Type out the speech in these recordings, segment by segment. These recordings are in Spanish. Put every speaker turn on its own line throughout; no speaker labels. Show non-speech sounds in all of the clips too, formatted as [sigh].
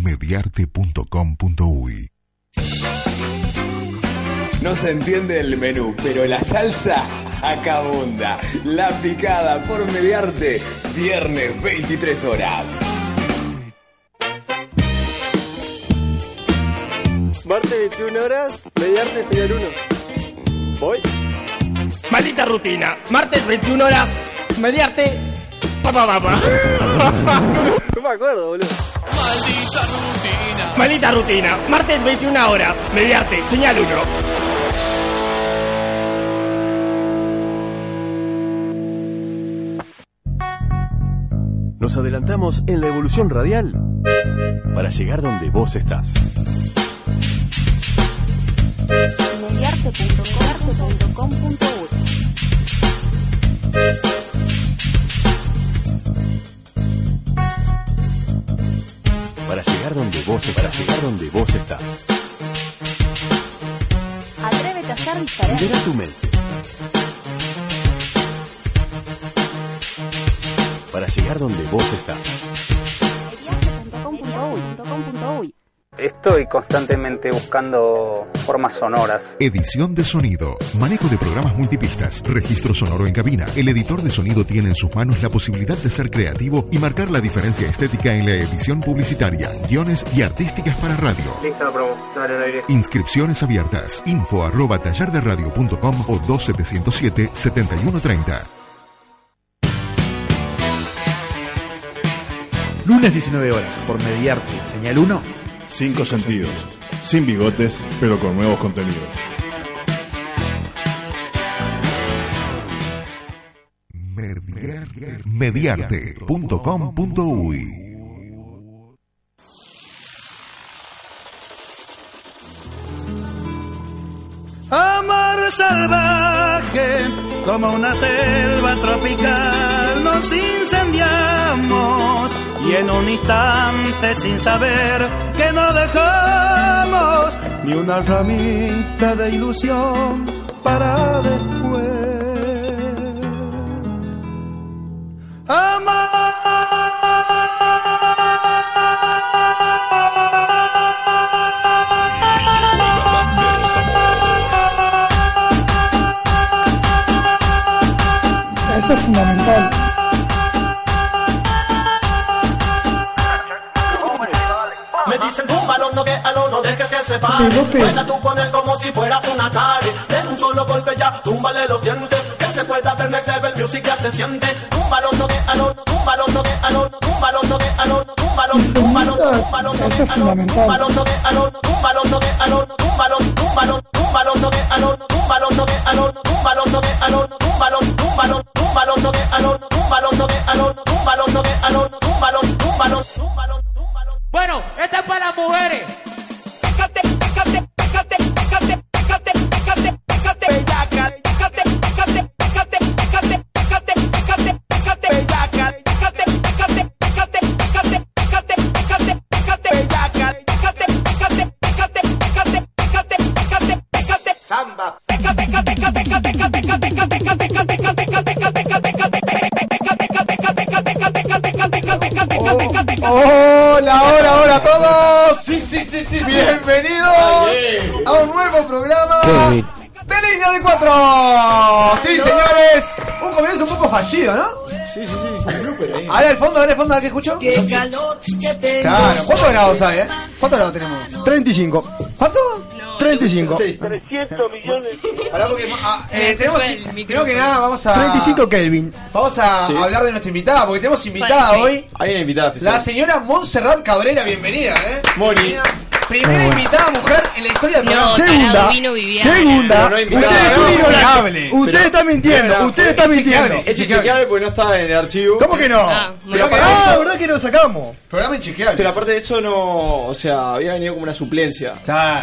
mediarte.com.uy
No se entiende el menú, pero la salsa acabunda. La picada por mediarte, viernes 23 horas.
Martes 21 horas, mediarte señal 1. Voy.
Maldita rutina. Martes 21 horas. Mediarte. Pa, pa, pa, pa.
No me acuerdo, boludo.
[laughs] Maldita rutina. Martes 21 horas. Mediarte. Señal 1.
Nos adelantamos en la evolución radial para llegar donde vos estás.
mediarte.com.uy
Para llegar donde vos para llegar donde vos estás.
Atrévete a ser diferente.
Libera tu mente. Para llegar donde vos estás.
mediarte.com.uy
Estoy constantemente buscando formas sonoras.
Edición de sonido, manejo de programas multipistas, registro sonoro en cabina. El editor de sonido tiene en sus manos la posibilidad de ser creativo y marcar la diferencia estética en la edición publicitaria, guiones y artísticas para radio.
Listo, promo. Dale al aire.
Inscripciones abiertas. Info arroba tallarderadio.com o 2707-7130.
Lunes 19 horas por Mediarte, señal 1.
Cinco sentidos. Sin bigotes, pero con nuevos contenidos.
Mediarte- Mediarte.com.uy
Amor salvaje, como una selva tropical, nos incendiamos y en un instante sin saber que no dejamos ni una ramita de ilusión para después.
Eso es fundamental.
Me dicen túmbalo, no déjalo, no dejes que se pare.
Pero, pero.
Baila tú con él como si fuera una cari. De un solo golpe ya, túmbale los dientes. Que se pueda ver next level music ya se siente. Túmbalo, no déjalo, no, túmbalo, no déjalo, no, túmbalo, no déjalo, no, túmbalo,
El
túmbalo,
sonido,
túmbalo, no
eso es
déjalo,
fundamental.
túmbalo, no déjalo, no, túmbalo, no déjalo, no, túmbalo, túmbalo, túmbalo, no déjalo, no, túmbalo, no déjalo, no, túmbalo, no déjalo, no, túmbalo, túmbalo, túmbalo, no déjalo, no, túmbalo, no déjalo, no, túmbalo, no déjalo, no, túmbalo, túmbalo, túmbalo, túmbalo.
Bueno, esta es para las mujeres.
Samba.
Hola, hola, hola a todos. Sí, sí, sí, sí. Bienvenidos a un nuevo programa de Línea de Cuatro. Sí, señores. Un comienzo un poco fallido, ¿no? Sí, sí, sí. A ver, al fondo, a ver, al fondo, a ver qué escucho. Qué calor que tengo. Claro, ¿cuántos grados hay, eh? ¿Cuántos grados tenemos?
35.
¿Cuánto?
35.
300 millones.
Pará, porque ah, eh, tenemos. Primero que nada, vamos a.
35 Kelvin.
Vamos a
Sí.
hablar de nuestra invitada, porque tenemos invitada hoy.
Hay una invitada
La
especial.
señora Montserrat Cabrera, bienvenida, ¿eh?
Moni.
Bienvenida. Primera invitada mujer en la historia del programa.
segunda, segunda,
No, no,
usted
invitada,
es
no,
un ignorante.
impecable.
Usted
Pero-
está mintiendo,
Pero-
usted está mintiendo.
Es inchequeable porque no está en el archivo.
¿Cómo que no? Ah,
Pero aparte de
Ah,
eso-
¿verdad que lo sacamos?
Programa inchequeable.
Pero aparte de eso no, o sea, había venido como una suplencia.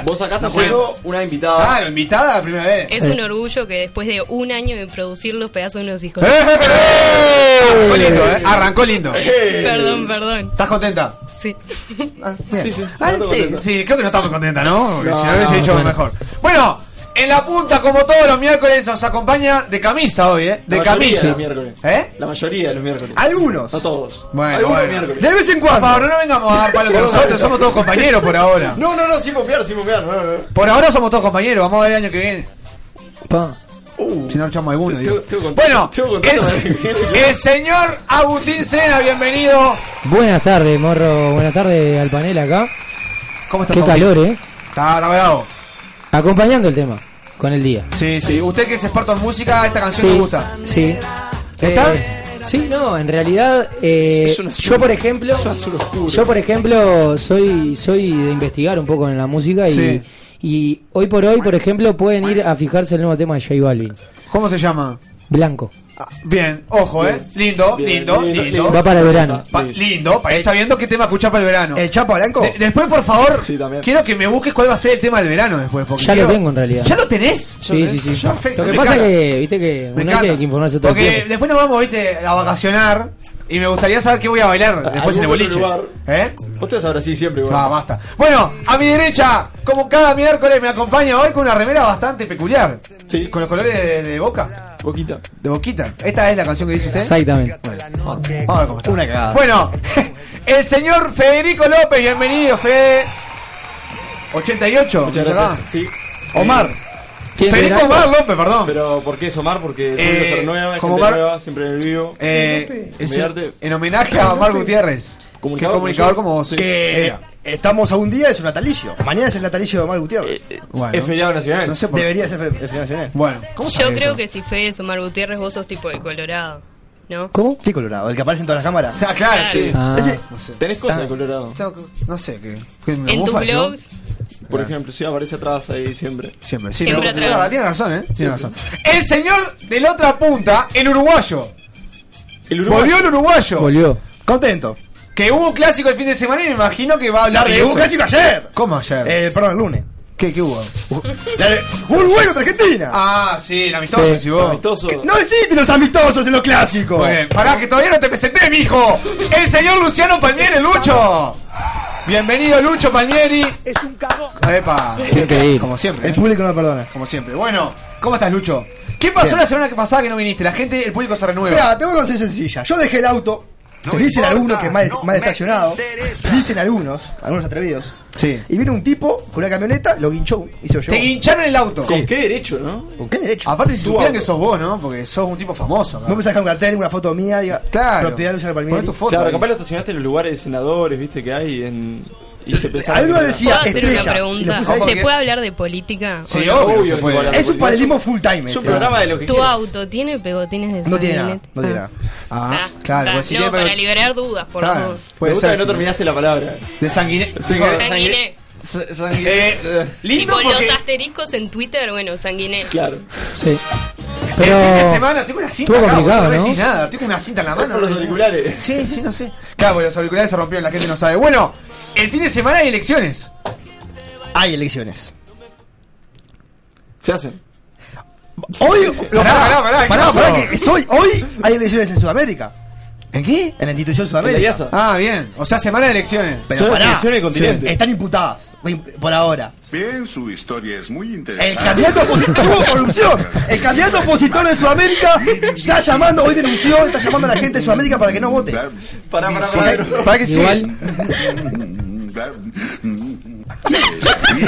Vos sacaste
No Ah. fue.
solo una invitada.
Claro, invitada la primera vez.
Es un orgullo que después de un año de producir los pedazos de unos
¡Eh,
hijos.
Eh.
Arrancó lindo, ¿eh? Arrancó lindo. [laughs]
Perdón, perdón.
¿Estás contenta? [laughs]
Sí.
Sí, sí. Sí, creo que no está muy contenta, ¿no? Porque
No,
si lo hubiese
no,
hecho
bueno.
mejor. Bueno, en la punta, como todos los miércoles, nos acompaña de camisa hoy, ¿eh? De
La mayoría
camisa.
de los miércoles.
¿Eh?
La mayoría de los miércoles.
Algunos.
No todos.
Bueno,
Algunos
bueno.
miércoles.
De vez en cuando. Por favor, no vengamos a dar palo con nosotros, somos todos compañeros por [laughs] ahora.
No, no, no, sin confiar, sin confiar. No, no, no.
Por ahora somos todos compañeros, vamos a ver el año que viene. Uh. Pa. si no echamos alguno, digo. Bueno, el, el señor Agustín Sena, bienvenido.
Buenas tardes, morro. Buenas tardes al panel acá.
¿Cómo estás,
Qué
Agustín?
calor, eh.
Está, está bravo.
Acompañando el tema con el día.
Sí, sí. Usted que es experto en música, esta canción le gusta.
Sí.
¿Está?
Eh, sí, no, en realidad eh, yo por ejemplo yo por ejemplo soy soy de investigar un poco en la música y,
Sí.
y hoy por hoy, por ejemplo, pueden ir a fijarse el nuevo tema de J Balvin.
¿Cómo se llama? Ah,
Blanco.
Bien, ojo, eh. Lindo, lindo, lindo,
Va para el verano.
Pa- lindo, para ir sabiendo qué tema escuchar para el verano. ¿El Chapo Blanco? después, por favor, quiero que me busques cuál va a ser el tema del verano después. Porque
Ya lo
quiero-
tengo en realidad.
¿Ya lo tenés?
Sí, sí, sí.
Perfecto,
Lo que
me
pasa es
encanta.
que, viste que
Me
uno tiene
encanta.
que informarse todo el
Porque
tiempo.
después nos vamos, viste, a vacacionar. Y me gustaría saber qué voy a bailar después en el
Algún
boliche.
otro
¿Eh?
Vos te vas a Brasil siempre,
Ah, basta. Bueno, a mi derecha, como cada miércoles, me acompaña hoy con una remera bastante peculiar. Sí. Con los colores de, de boca.
Boquita.
De boquita. Esta es la canción que dice usted.
Exactamente.
Vamos vamos a ver cómo está.
Una cagada.
Bueno, [laughs] el señor Federico López, bienvenido, Fede. 88.
Muchas
¿me
gracias.
sonaba?
Sí.
Omar.
¿Quién
Federico
será?
Omar López, perdón.
Pero ¿por qué es Omar? Porque soy
Eh,
eh, nueva,
como
como
Omar-
nueva, siempre en el vivo.
Eh, es
Mediarte.
en, en homenaje a Omar Gutiérrez. que es
Comunicador
comunicador
como
como
yo.
vos.
Sí. Eh,
Que-
Era.
Eh, Estamos a un día de su natalicio. Mañana es el natalicio de Omar Gutiérrez.
Bueno.
Es feriado nacional.
No sé por- Debería ser fe- fe- feriado nacional.
Bueno,
Yo creo que si Fede es Omar Gutiérrez, vos sos tipo de Colorado. ¿No?
¿Cómo?
Sí, Colorado, el que aparece en todas las cámaras.
Ah, claro, sí.
Ah.
Ese-
¿Tenés cosas
Ah.
de Colorado?
No sé qué.
En tus blogs,
Por ejemplo, sí, aparece atrás ahí siempre.
Siempre, sí, me gusta. Claro, tiene razón, ¿eh? Tiene razón. El señor de la otra punta, el uruguayo.
El
uruguayo. Volvió el uruguayo.
Volvió.
Contento.
Que hubo un clásico el fin de semana y me imagino que va a hablar
No,
de
y
eso.
hubo un clásico ayer.
¿Cómo ayer?
Eh, perdón, el lunes.
¿Qué, qué hubo?
¡Un bueno otra Argentina!
Ah, sí, el amistoso,
Sí.
si vos.
Que No existen los amistosos en los clásicos.
Muy bien, pará que todavía no te presenté, mijo. El señor Luciano Palmieri, Lucho. Bienvenido, Lucho Palmieri. Es un cagón. Epa. Como siempre.
El
¿eh?
público no perdona.
Como siempre. Bueno, ¿cómo estás, Lucho? ¿Qué pasó
Bien.
la semana que pasada que no viniste? La gente, el público se renueva.
Mira, te voy a conseguir sencilla. Yo dejé el auto.
No
Se
me
dicen
importa,
algunos que mal,
no
mal
me
estacionado. Dicen algunos, algunos atrevidos.
Sí.
Y vino un tipo con una camioneta, lo guinchó y se lo llevó.
Te guincharon el auto.
Sí.
qué derecho, no?
¿Con qué derecho?
Aparte, si
Tu
supieran
auto.
que sos vos, ¿no? Porque sos un tipo famoso. acá.
Vos me sacas un cartel, una foto mía, diga,
Claro.
propiedad de Luciano Palmieri.
Poné tu foto.
Claro,
ahí.
capaz lo estacionaste en los lugares de senadores, viste, que hay en... Y se pensaron
Alguno
que-
decía
¿puedo hacer una
estrellas, y lo
pregunta?
puse ahí.
¿Se puede hablar de política?
Sí,
¿O no?
obvio,
Obvio
se
que
pues.
puede
se
hablar
puede. Es un
de
paralelismo full time.
Es un
este.
programa de lo que
¿Tu
quieras.
auto tiene pegotines de
No tiene nada,
salinete?
no tiene
Ah.
nada.
Ah, claro. pues si
no,
tiene-
para liberar dudas, por
Claro.
favor.
Puede
Me gusta
ser,
que no
sí.
terminaste la palabra.
De sanguine.
Sanguine-
Sanguiné.
Sa- sanguine-
Y
Lindo
con
porque.
los asteriscos en Twitter, bueno, sanguiné.
Claro.
Sí.
El fin de
Pero
semana tengo una cinta
estuvo
acá,
complicado,
boludo, no,
¿no?
decís nada, tengo una cinta en la mano.
por los
no sé.
auriculares.
Sí, sí, no sé. Claro, porque los auriculares se rompieron, la gente no sabe. Bueno, el fin de semana hay elecciones.
Hay elecciones.
Se hacen.
Hoy,
Pará, pará, pará, ¿qué
pará,
pasó?
pará, que es
[laughs]
hoy, hoy hay elecciones en Sudamérica. ¿En qué? En la institución
En la
Sudamérica.
IASA.
Ah, bien. O sea, semana de elecciones.
Pero
Son las
pará,
elecciones del continente.
sí, están imputadas por- por ahora.
Bien, su historia es muy interesante.
El
Ah.
candidato opositor hubo corrupción. El candidato opositor de
[laughs]
Sudamérica está llamando, hoy denunció, está llamando a la gente de Sudamérica para que no vote.
Pará, pará,
Porque-
pará.
para que sí.
igual
[laughs]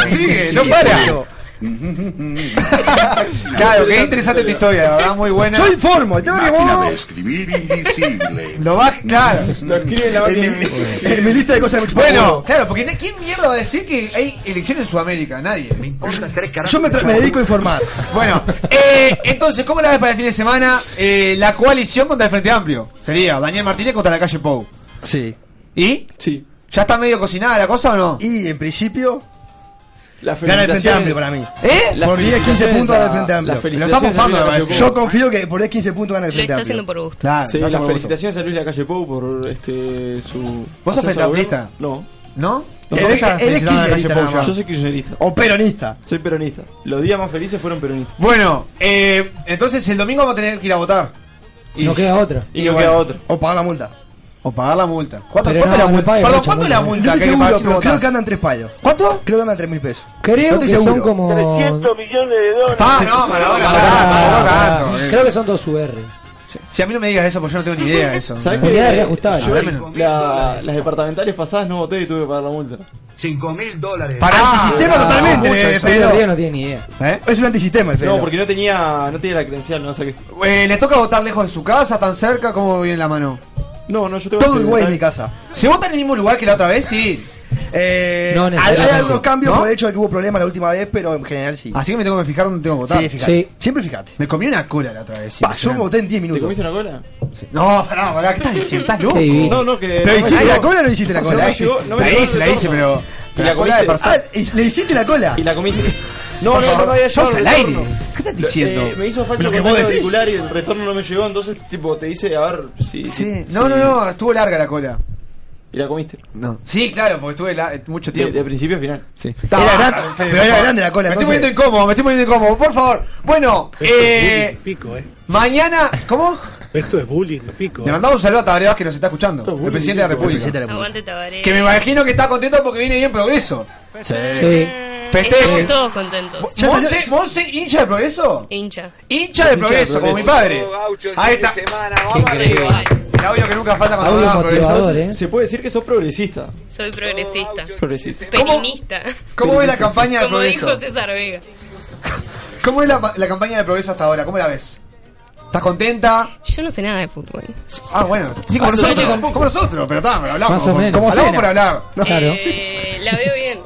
Sigue, no para.
Yo,
[laughs] Claro, que interesante tu historia, la verdad, muy buena.
yo informo, el tema que
Máquina de
vos.
escribir invisible.
[laughs] Lo vas, claro.
Lo escribe en la
En mi, [laughs] en mi lista de cosas de mucho
Bueno, claro, porque ¿de ¿quién mierda va a decir que hay elecciones en Sudamérica? Nadie.
Yo me, tra- me dedico a informar.
Bueno, eh, entonces, ¿cómo la ves para el fin de semana? Eh, la coalición contra el Frente Amplio. Sería Daniel Martínez contra la calle Pou.
Sí.
¿Y?
Sí.
¿Ya está medio cocinada la cosa o no?
Y en principio,
La
Gana el Frente Amplio para mí.
¿Eh? Las
Por 10, 15
felicitaciones
puntos gana el
a-
Frente Amplio.
las
Lo
felicitaciones
está mofando,
a Luis
me parece.
Lacalle
Yo
Pou.
confío que por 10, 15 puntos gana el Frente Amplio. Claro,
sí,
lo
las
hace por gusto.
felicitaciones a Luis Lacalle Pou por este, su.
¿Vos sos
ascenso al gobierno.
frentaplista?
No.
¿No?
No,
Él-
no,
él- él es kirchnerista nada más.
Yo soy kirchnerista.
O peronista.
Soy peronista. Los días más felices fueron peronistas.
Bueno, eh, entonces el domingo vamos a tener que ir a votar.
No queda otra.
Y no queda otro.
O pagar la multa.
O pagar la multa. ¿Cuánto,
Pero
cuánto
no,
es la
no
multa?
pague
Perdón,
mucho,
¿cuánto es la
bueno.
multa?
No
que
estoy
hay
seguro,
que pagar si
pero
no
creo
votás?
que andan tres palos. ¿Cuánto? Creo que andan tres mil pesos.
Creo que son como.
Pa, no, Maradona, pará, pará, pará, tanto.
Creo que son dos UR.
Si a mí no me digas eso, porque yo no tengo ni idea
[laughs]
de eso. eh,
¿Sabes
¿no?
qué? Yo,
Hablámelo.
la- las departamentales pasadas no voté y tuve que pagar la multa.
5 mil dólares.
Para
Ah,
antisistema
ah,
totalmente,
mucho
eh,
eso.
Fedor.
No tiene ni idea.
¿Eh? Es un antisistema el Fedor.
No, porque no tenía, no tenía la credencial, no saqué.
Eh, ¿Le toca votar lejos de su casa, tan cerca? ¿Cómo viene la mano?
No, no, yo
tengo
Todo el güey es mi casa.
¿Se vota en el mismo lugar que la otra vez? Sí.
Eh,
No
hay,
necesariamente.
hay algunos cambios
¿No?
por el hecho de que hubo problemas la última vez, pero en general sí.
Así que me tengo que fijar dónde tengo que votar.
Sí, fíjate. Siempre fíjate.
Me comí una cola la otra vez.
Pa, yo voté en 10 minutos.
¿Te comiste una cola?
No, pará, pará, ¿qué estás diciendo? ¿Estás loco?
Qué divino.
No, no, que-
¿Pero
no me
hiciste
llegó.
la cola o no hiciste la
No, no
cola?
me llegó, no me
la
llegó
hice,
el
la hice, pero.
retorno.
pero
¿Y la comiste?
persona. Ah, ¿le hiciste la cola?
Y la comiste. No, no, no me había llegado
Vamos
el
al aire.
retorno.
¿Qué estás diciendo?
Eh, me hizo falso
Lo que
con
vos
el
decís.
auricular y el retorno no me llegó, entonces tipo te dice, a ver si...
Sí,
si-
no, no, no, estuvo larga la cola.
¿Y la comiste?
No. Sí, claro, porque estuve la- eh, mucho
De,
tiempo.
de principio a final. Sí.
Ta,
Era
basta,
grande,
Fede,
pero
por
era
favor.
grande la cola,
Me estoy
entonces.
poniendo incómodo, me estoy poniendo incómodo, por favor. Bueno, eh,
pico, eh.
mañana, ¿cómo?
Esto es bullying, pico. eh.
Le mandamos un saludo a Tabaré Vázquez que nos está escuchando,
es
el presidente de la
bullying,
República.
Aguante Tabaré.
Que me imagino que está contento porque viene bien Progreso. Sí. Festeje.
Estamos todos contentos.
¿Ya salió- ¿Monse, Monse, hincha de Progreso?
Hincha.
Hincha de Progreso, como mi padre. Ahí está. El audio que nunca falta cuando
Audio
hablamos de
motivador,
Progreso.
¿eh? Se puede decir que sos progresista.
Soy progresista.
Progresista.
Peninista.
¿Cómo ves la campaña de
Como dijo
Progreso?
César Vega.
¿Cómo es la, la campaña de Progreso hasta ahora? ¿Cómo la ves? ¿Estás contenta?
Yo no sé nada de fútbol.
Ah, bueno. Sí, como
Más o
nosotros,
menos.
tampoco, como nosotros, pero está, pero hablamos.
Más o menos.
Como hablamos
Cena.
por hablar.
Claro.
Eh, la veo bien.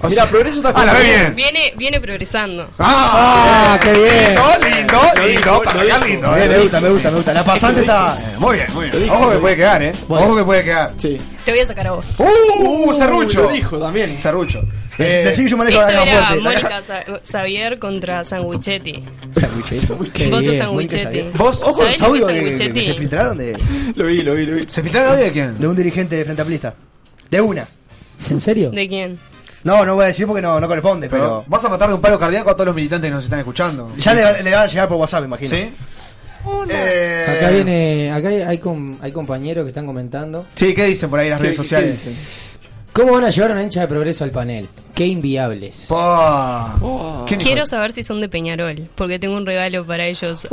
O sea, Progreso está
Ah, la ve bien.
Viene, viene progresando.
Ah,
qué bien.
Lindo, lindo, lindo, para acá lindo.
Bien,
eh.
me gusta, me gusta, me gusta. La pasante está.
Eh, Muy bien, muy bien. Ojo que puede quedar, eh. Ojo que puede quedar. Sí.
Te voy a sacar a vos.
¡Uh! Serrucho.
Lo dijo también.
Serrucho.
Eh, decí que yo manejo la
Esto
caja
era
fuerte. la
Mónica Sa- Xavier contra Sanguichetti.
Qué
Vos sos
bien,
Sanguichetti.
Mónica, Vos, ojo, los
¿Sabés lo que es
audios que,
Sanguichetti?
que se filtraron de.
Lo vi, lo vi, lo vi.
¿Se filtraron audio de quién?
De un dirigente de Frente Amplista. De una.
¿En serio?
¿De quién?
No, no voy a decir porque no, no corresponde,
Pero
pero.
vas a matar de un palo cardíaco a todos los militantes que nos están escuchando.
Ya le, le van a llegar por WhatsApp, imagino.
¿Sí? Eh,
Acá viene, acá hay, hay com- hay compañeros que están comentando.
Sí, ¿qué dicen por ahí las redes
¿Qué-
sociales?
qué ¿Cómo van a llevar a una hincha de progreso al panel? Qué inviables.
¿Quién dijo
Oh. Quiero saber si son de Peñarol, porque tengo un regalo para ellos.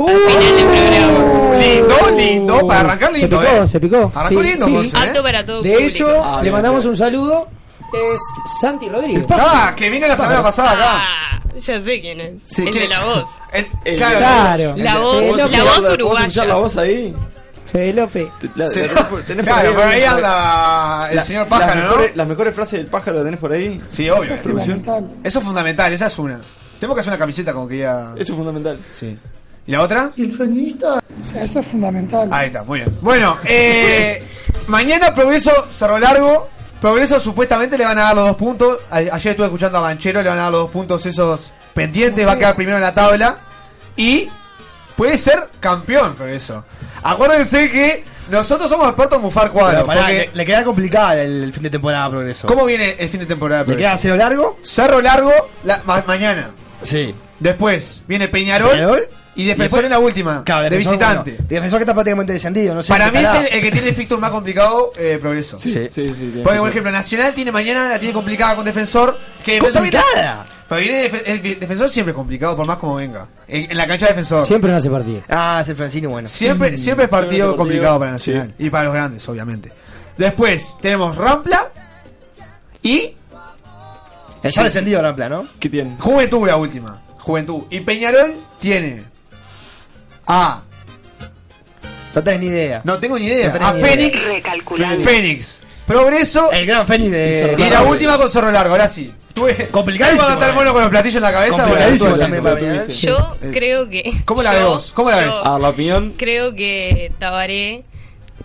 Oh. Lindo, lindo, para arrancar
Se
lindo,
picó,
eh.
se picó.
Arrancó
Sí,
lindo,
sí.
Monse, eh.
Apto para todo
De
público.
hecho,
Ah,
le
bien,
mandamos un saludo. Es Santi Rodríguez.
Ah, que vino la semana pasada acá.
Ah, ya sé quién es.
Sí,
el
¿quién?
de la voz.
Es- el-
Claro. Claro.
el-
La voz,
el-
la
el-
voz
el-
uruguaya.
escuchar la voz ahí?
Fede López.
La-
Sí.
la- la- tenés
Claro, por ahí
alguna-
anda el
la-
señor pájaro,
las mejores, Las mejores frases del pájaro las tenés por ahí.
Sí, obvio.
es fundamental.
Eso es fundamental, esa es una. Tengo que hacer una camiseta como que ya.
Eso es fundamental.
Sí. ¿Y la otra?
Y el sonista, o sea, eso es fundamental.
Ahí está, muy bien. Bueno, eh, mañana Progreso Cerro Largo. Progreso supuestamente le van a dar los dos puntos. A- Ayer estuve escuchando a Banchero, le van a dar los dos puntos esos pendientes. Va a quedar primero en la tabla. Y puede ser campeón Progreso. Acuérdense que nosotros somos expertos en mufar cuadros.
Pero pará, le,
porque-
le queda complicada el, el fin de temporada a Progreso.
¿Cómo viene el fin de temporada? de
¿Le
Progreso?
queda cero largo?
Cerro Largo la- ma- mañana.
Sí.
Después viene Peñarol,
Peñarol.
y Defensor en la última, de
defensor,
visitante.
bueno, defensor que está prácticamente descendido, no sé.
Para mí es
estará.
el, el que tiene el fixture más complicado, eh, Progreso.
Sí, sí, sí. sí,
Porque, por ejemplo, Nacional tiene mañana, la tiene complicada con Defensor. Que Defensor viene-
¡Complicada!
pero viene Defe- el- el Defensor siempre es complicado, por más como venga. En, en la cancha de Defensor.
Siempre no hace partido.
Ah, es el Francino, bueno.
Siempre, siempre es partido
Siempre
complicado
partido.
para Nacional. Y para los grandes, obviamente. Después tenemos Rampla y
Ya descendido Rampla, ¿no?
¿Qué tienen?
Juventud la última. Juventud. Y Peñarol tiene a.
No tenés ni idea.
No tengo ni idea.
No tenés
a
ni
Fénix. Fénix. Progreso. eh,
El gran Fénix de.
Y la última con Zorro Largo. Ahora sí. Tuve.
Complicadísimo,
Cuando está el
eh.
mono con los platillos en la cabeza.
Complicadísimo
bueno,
también
tuve-
para mí, ¿eh?
Yo
Eh,
creo que.
¿Cómo la
yo-
ves? ¿Cómo la ves?
yo
A la opinión.
Creo que Tabaré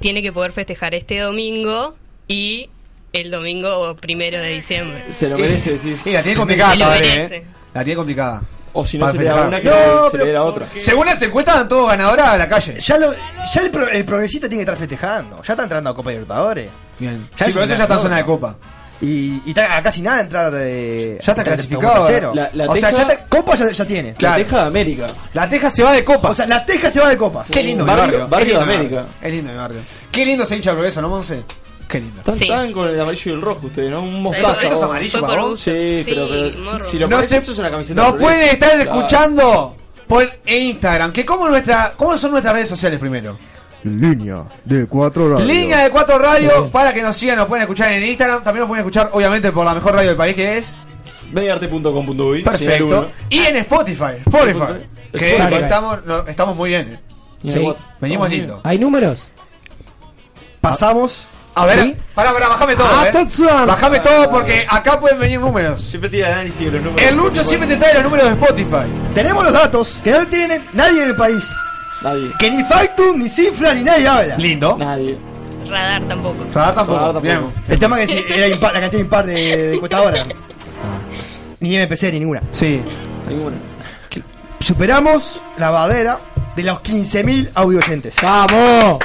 tiene que poder festejar este domingo y el domingo primero de diciembre.
Se lo merece, sí.
Sí, la tiene complicada
Se lo
todavía,
merece.
¿eh? La tiene complicada.
O si
Para
no se le da
festejar.
una que
No,
se
pero
le diera otra.
Según las encuestas, dan todos ganadores a la calle.
Ya, lo, ya el, pro- el progresista tiene que estar festejando. Ya está entrando a Copa Libertadores.
Bien.
Ya
sí,
es
pero
un
eso ya está en
ganador,
zona de
¿no?
copa.
Y, y está a casi nada de entrar. eh,
Ya está
entre-
clasificado.
como tercero.
La- la
o sea,
Teja-
ya está- Copa ya, ya tiene.
La Teja de América. La Teja se va de copas. O sea,
la Teja se va de copas.
Qué lindo
Barrio-
mi barrio.
barrio
Qué lindo
de
mi
América.
barrio. Es lindo mi barrio. Qué lindo se hincha el progreso, ¿no, Monse? Qué lindo.
Están tan con el amarillo y el rojo ustedes, ¿no? Un mostaza.
Esto es amarillo,
Fue por
marrón.
gusto. Sí, pero, pero si lo
no
pones,
se-
eso es una camiseta.
No
de progreso.
pueden estar
Claro.
escuchando por Instagram. Que cómo, nuestra, ¿Cómo son nuestras redes sociales primero?
Línea de cuatro horas.
Línea de cuatro radio para que nos sigan, nos pueden escuchar en Instagram. También nos pueden escuchar, obviamente, por la mejor radio del país que es.
Mediarte.com.uy. señal uno.
Perfecto. Y en Spotify. Spotify. Que
Spotify.
estamos, no, estamos muy bien. eh.
Sí.
Venimos lindo.
¿Hay números?
Pasamos.
A ver,
Sí.
pará, pará, bajame todo. eh.
Atención.
Bajame todo porque acá pueden venir números.
Siempre tira el análisis de los números.
El Lucho siempre te trae los números de Spotify.
Tenemos los datos que no tiene nadie en el país.
Nadie.
Que ni Factum, ni Cifra, ni nadie habla.
Lindo.
Nadie.
Radar tampoco.
Radar tampoco.
Radar tampoco.
Bien. El tema que sí, era impar, la cantidad impar de, de encuestadora. Ni MPC, ni ninguna.
Sí.
Ninguna.
Superamos la barrera de los 15.000 audio oyentes.
¡Vamos!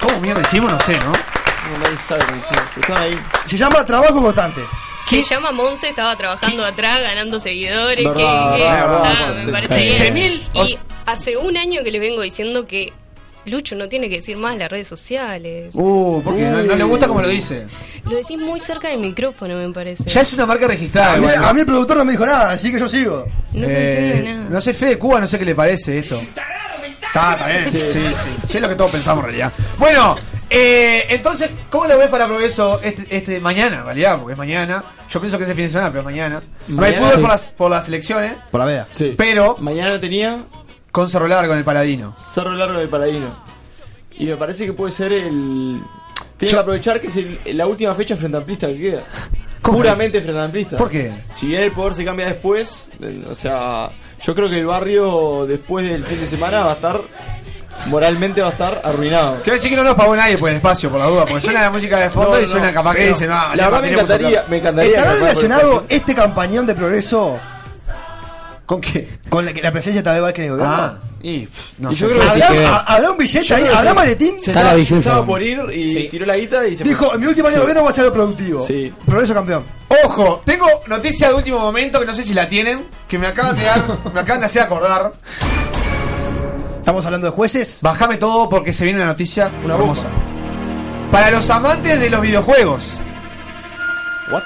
¿Cómo mierda hicimos? No sé, ¿no?
No, nadie sabe cómo hicimos. pero Están ahí.
Se llama trabajo constante.
Se llama Monse, estaba trabajando atrás, ganando seguidores.
Verdad,
que- que-
verdad,
ah,
verdad.
me parece bien.
15.000, o
Y hace un año que les vengo diciendo que Lucho no tiene que decir más las redes sociales.
Uh, porque no, no le gusta como lo dice.
Lo decís muy cerca del micrófono, me parece.
Ya es una marca registrada.
A mí,
igual.
a mí el productor no me dijo nada, así que yo sigo.
No
Eh, No sé, Fede Cuba, no sé qué le parece esto. Está, está bien. Sí,
Sí.
sí, sí. Es lo que todos pensamos en realidad. Bueno, eh, entonces, ¿cómo lo ves para progreso este, este mañana, en realidad? Porque es mañana. Yo pienso que es el fin de semana, pero mañana. No hay
Mañana,
fútbol
sí.
por, las, por las elecciones,
Por la veda.
Sí.
pero
Mañana tenía
con Cerro Largo con el Paladino.
Cerro Largo del Paladino. Y me parece que puede ser el. Tiene que aprovechar que es el- la última fecha frente amplista que queda.
¿Cómo?
Puramente frente amplista.
¿Por qué?
Si bien el poder se cambia después, eh, o sea, yo creo que el barrio después del fin de semana va a estar. Moralmente va a estar arruinado.
Quiero decir que no nos pagó nadie por el espacio, por la duda, porque suena la música de fondo
No,
y
no.
suena capaz que
Pero,
dicen, ah,
la
le
verdad me
tenemos
encantaría-
acá".
me encantaría
¿Estará
que fuera por el
relacionado
espacio.
este campañón de progreso
¿Con qué?
con la, que- la presencia tal vez que en el gobierno?
Ah, y pff, no
Y yo
sé.
creo que
¿Habrá,
sí que-
ha- habrá un billete
Yo
ahí?
creo que
¿Habrá
sí.
maletín?
Se
Está la
estaba,
billulla.
estaba por ir y
Sí.
tiró la guita y se
Dijo,
fue.
en mi último año de
Sí.
gobierno voy a ser lo productivo.
Sí.
Progreso campeón.
Ojo, tengo noticia de último momento que no sé si la tienen, que me acaban
[laughs]
de dar, me acaban de hacer acordar.
Estamos hablando de jueces.
Bájame todo porque se viene una noticia
Una
hermosa. Para los amantes de los videojuegos,
What?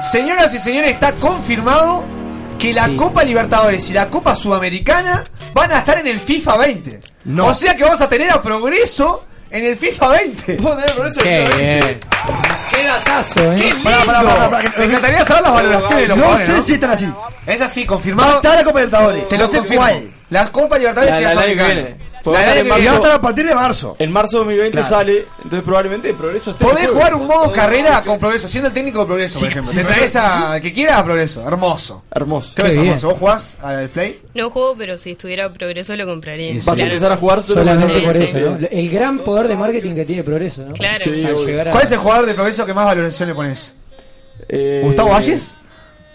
[gasps] señoras y señores, está confirmado que la
Sí.
Copa Libertadores y la Copa Sudamericana van a estar en el FIFA 20.
No.
O sea que vamos a tener a progreso en el FIFA 20.
¡Qué bien! ¡Qué datazo, eh!
¡Qué
Pará, pará,
lindo!
pará, pará, que-
Me encantaría saber las valoraciones de los
No
jugadores,
sé
¿no?
si están así.
Es así,
Va a
confirmado.
estar la Copa Libertadores.
Te
no
lo
sé
confirmo.
cuál.
La Copa Libertadores
La-
y
la del año que
Sudamericana.
viene. Podemos
La del
estar en
año que
Y va a
viene.
estar a partir de marzo.
En marzo de 2020
Claro.
sale, entonces probablemente Progreso esté. en
Podés
juego.
jugar un modo
Entonces,
carrera con progreso, siendo el técnico de progreso, por ejemplo. Te traes a que quieras a progreso, hermoso.
Hermoso.
¿Qué
Qué
ves,
bien.
hermoso? ¿Vos jugás al play?
No juego, pero si estuviera progreso lo compraría.
Y sí.
Vas a
Claro.
empezar a jugar solo
Solamente
Sí,
por
sí.
eso, ¿no? El gran poder de marketing que tiene Progreso, ¿no?
Claro.
Sí,
Al
obvio.
llegar a-
¿Cuál es el jugador de progreso que más valoración le pones?
Eh,
¿Gustavo Valles?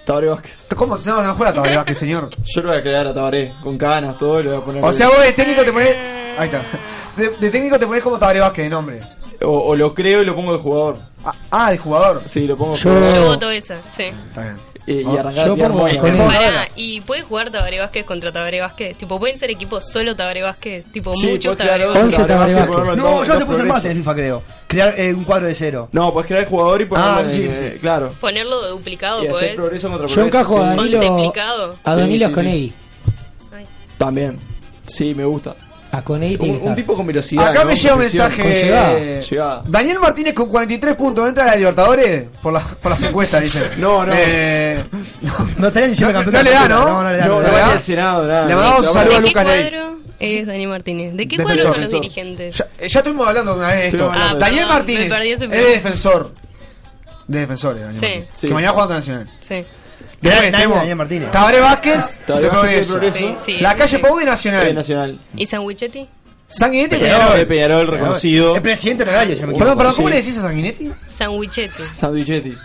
Tabaré Vázquez.
¿Cómo se no, no juega todavía Vázquez, señor?
Yo lo voy a crear a Tabaré, con canas, todo, lo voy a poner.
O sea, vos de técnico te pones. Ahí está. De, de técnico te pones como Tabaré Vázquez de nombre.
o, o lo creo y lo pongo de jugador.
Ah, ah, de jugador.
Sí, lo pongo de
Yo-
jugador. Eh,
Yo voto esa, sí.
Está bien.
Y, y arrancar
Yo
a tirar
pongo
monas.
con él.
Pará, y puede jugar Tabaré Vázquez contra Tabaré Vázquez. Tipo, pueden ser equipos solo Tabaré Vázquez. Tipo,
Sí,
muchos
podés
Tabaré
crear
Vázquez.
Once Tabaré Vázquez.
ponerlo en
No,
dos-
yo
dos
te puse el
progresos.
más en el FIFA, creo. Crear eh, un cuadro de cero.
No, puedes crear el jugador y ponerlo
Ah,
en-
sí,
eh, Claro.
Ponerlo duplicado,
Y hacer
podés.
progreso contra
Yo
progreso.
encajo a
sí.
Once
Danilo,
explicado.
a
Sí,
Danilo
sí, sí.
Conegui.
También. Sí, me gusta.
A Conegui tiene
Un,
que
un
estar.
tipo con velocidad.
Acá
¿no?
me llega un
Con presión.
mensaje. eh,
Llegada.
Daniel Martínez con 43 puntos. ¿Entra a la Libertadores? Por, la-
[laughs]
por las encuestas, dice.
No, no.
Eh,
No estarían diciendo
No,
campeón.
no le da, ¿no?
No, no le da.
No,
no
no
le da.
vaya al Senado, nada.
Le mandamos un saludo a
¿De qué
Lucas Ney.
cuadro es Dani Martínez? ¿De qué
Defensor,
cuadro son los
defensor.
dirigentes?
Ya, eh, ya estuvimos hablando una vez de esto.
Estuvimos hablando de
Daniel
esto.
Martínez
Me perdí
es
ese
de
primer-
defensor. De defensores, Daniel.
Sí.
Martínez.
Sí.
Que mañana juega contra Nacional.
Sí.
De
Daniel
tenemos
Daniel Martínez.
Tabaré Vázquez,
Tabaré Vázquez
de
de
Progreso.
Progreso.
Sí, sí,
la
sí,
calle
sí.
Pau de
Eh,
Nacional.
Nacional.
¿Y Sanguichetti?
Este
Sanguinetti
Pero,
Peñarol.
de Peñarol
Pero,
reconocido.
Es presidente honorario, si no me
Perdón,
equivoco.
perdón, ¿cómo le
decís a Sanguinetti?
Sandwichete.
Sandwichetti.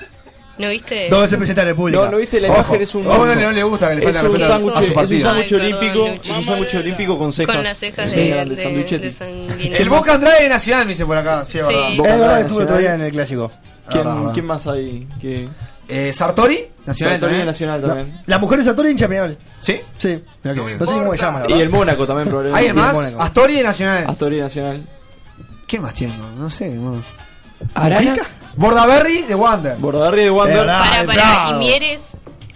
¿No viste?
Dos veces presidente de la República.
No, no viste la
Ojo.
imagen, es un.
A uno no le gusta que le
es
faltan
un
respeto a su
sándwich, es un
partido.
sándwich
Ay, perdón,
olímpico,
Lucho.
es un sándwich olímpico con cejas.
Con las cejas
Sí,
de,
grande,
de-
sandwichetti.
de sanguinetti.
El Boca Andrade de Nacional, me dice por acá. Sí, es
Sí.
verdad.
Es verdad, estuvo el otro día en
Nacional. Ah,
el clásico.
¿Quién,
Verdad, verdad.
quién más hay? ¿Qué?
Eh, Sartori, Nacional.
Sartori
también.
Nacional también.
La mujer de Satori hincha Peñarol.
¿Sí?
Sí. mira que- No sé cómo se llama. la
Y
verdad.
el Mónaco también, probablemente.
Ah, ¿Hay más?
Mónaco.
Astori de Nacional.
Astori Nacional.
¿Quién más tiene? No sé. no.
¿Arana?
¿Mujica? Bordaberry de Wander.
Bordaberry de Wander.
Para, para, y Mieres.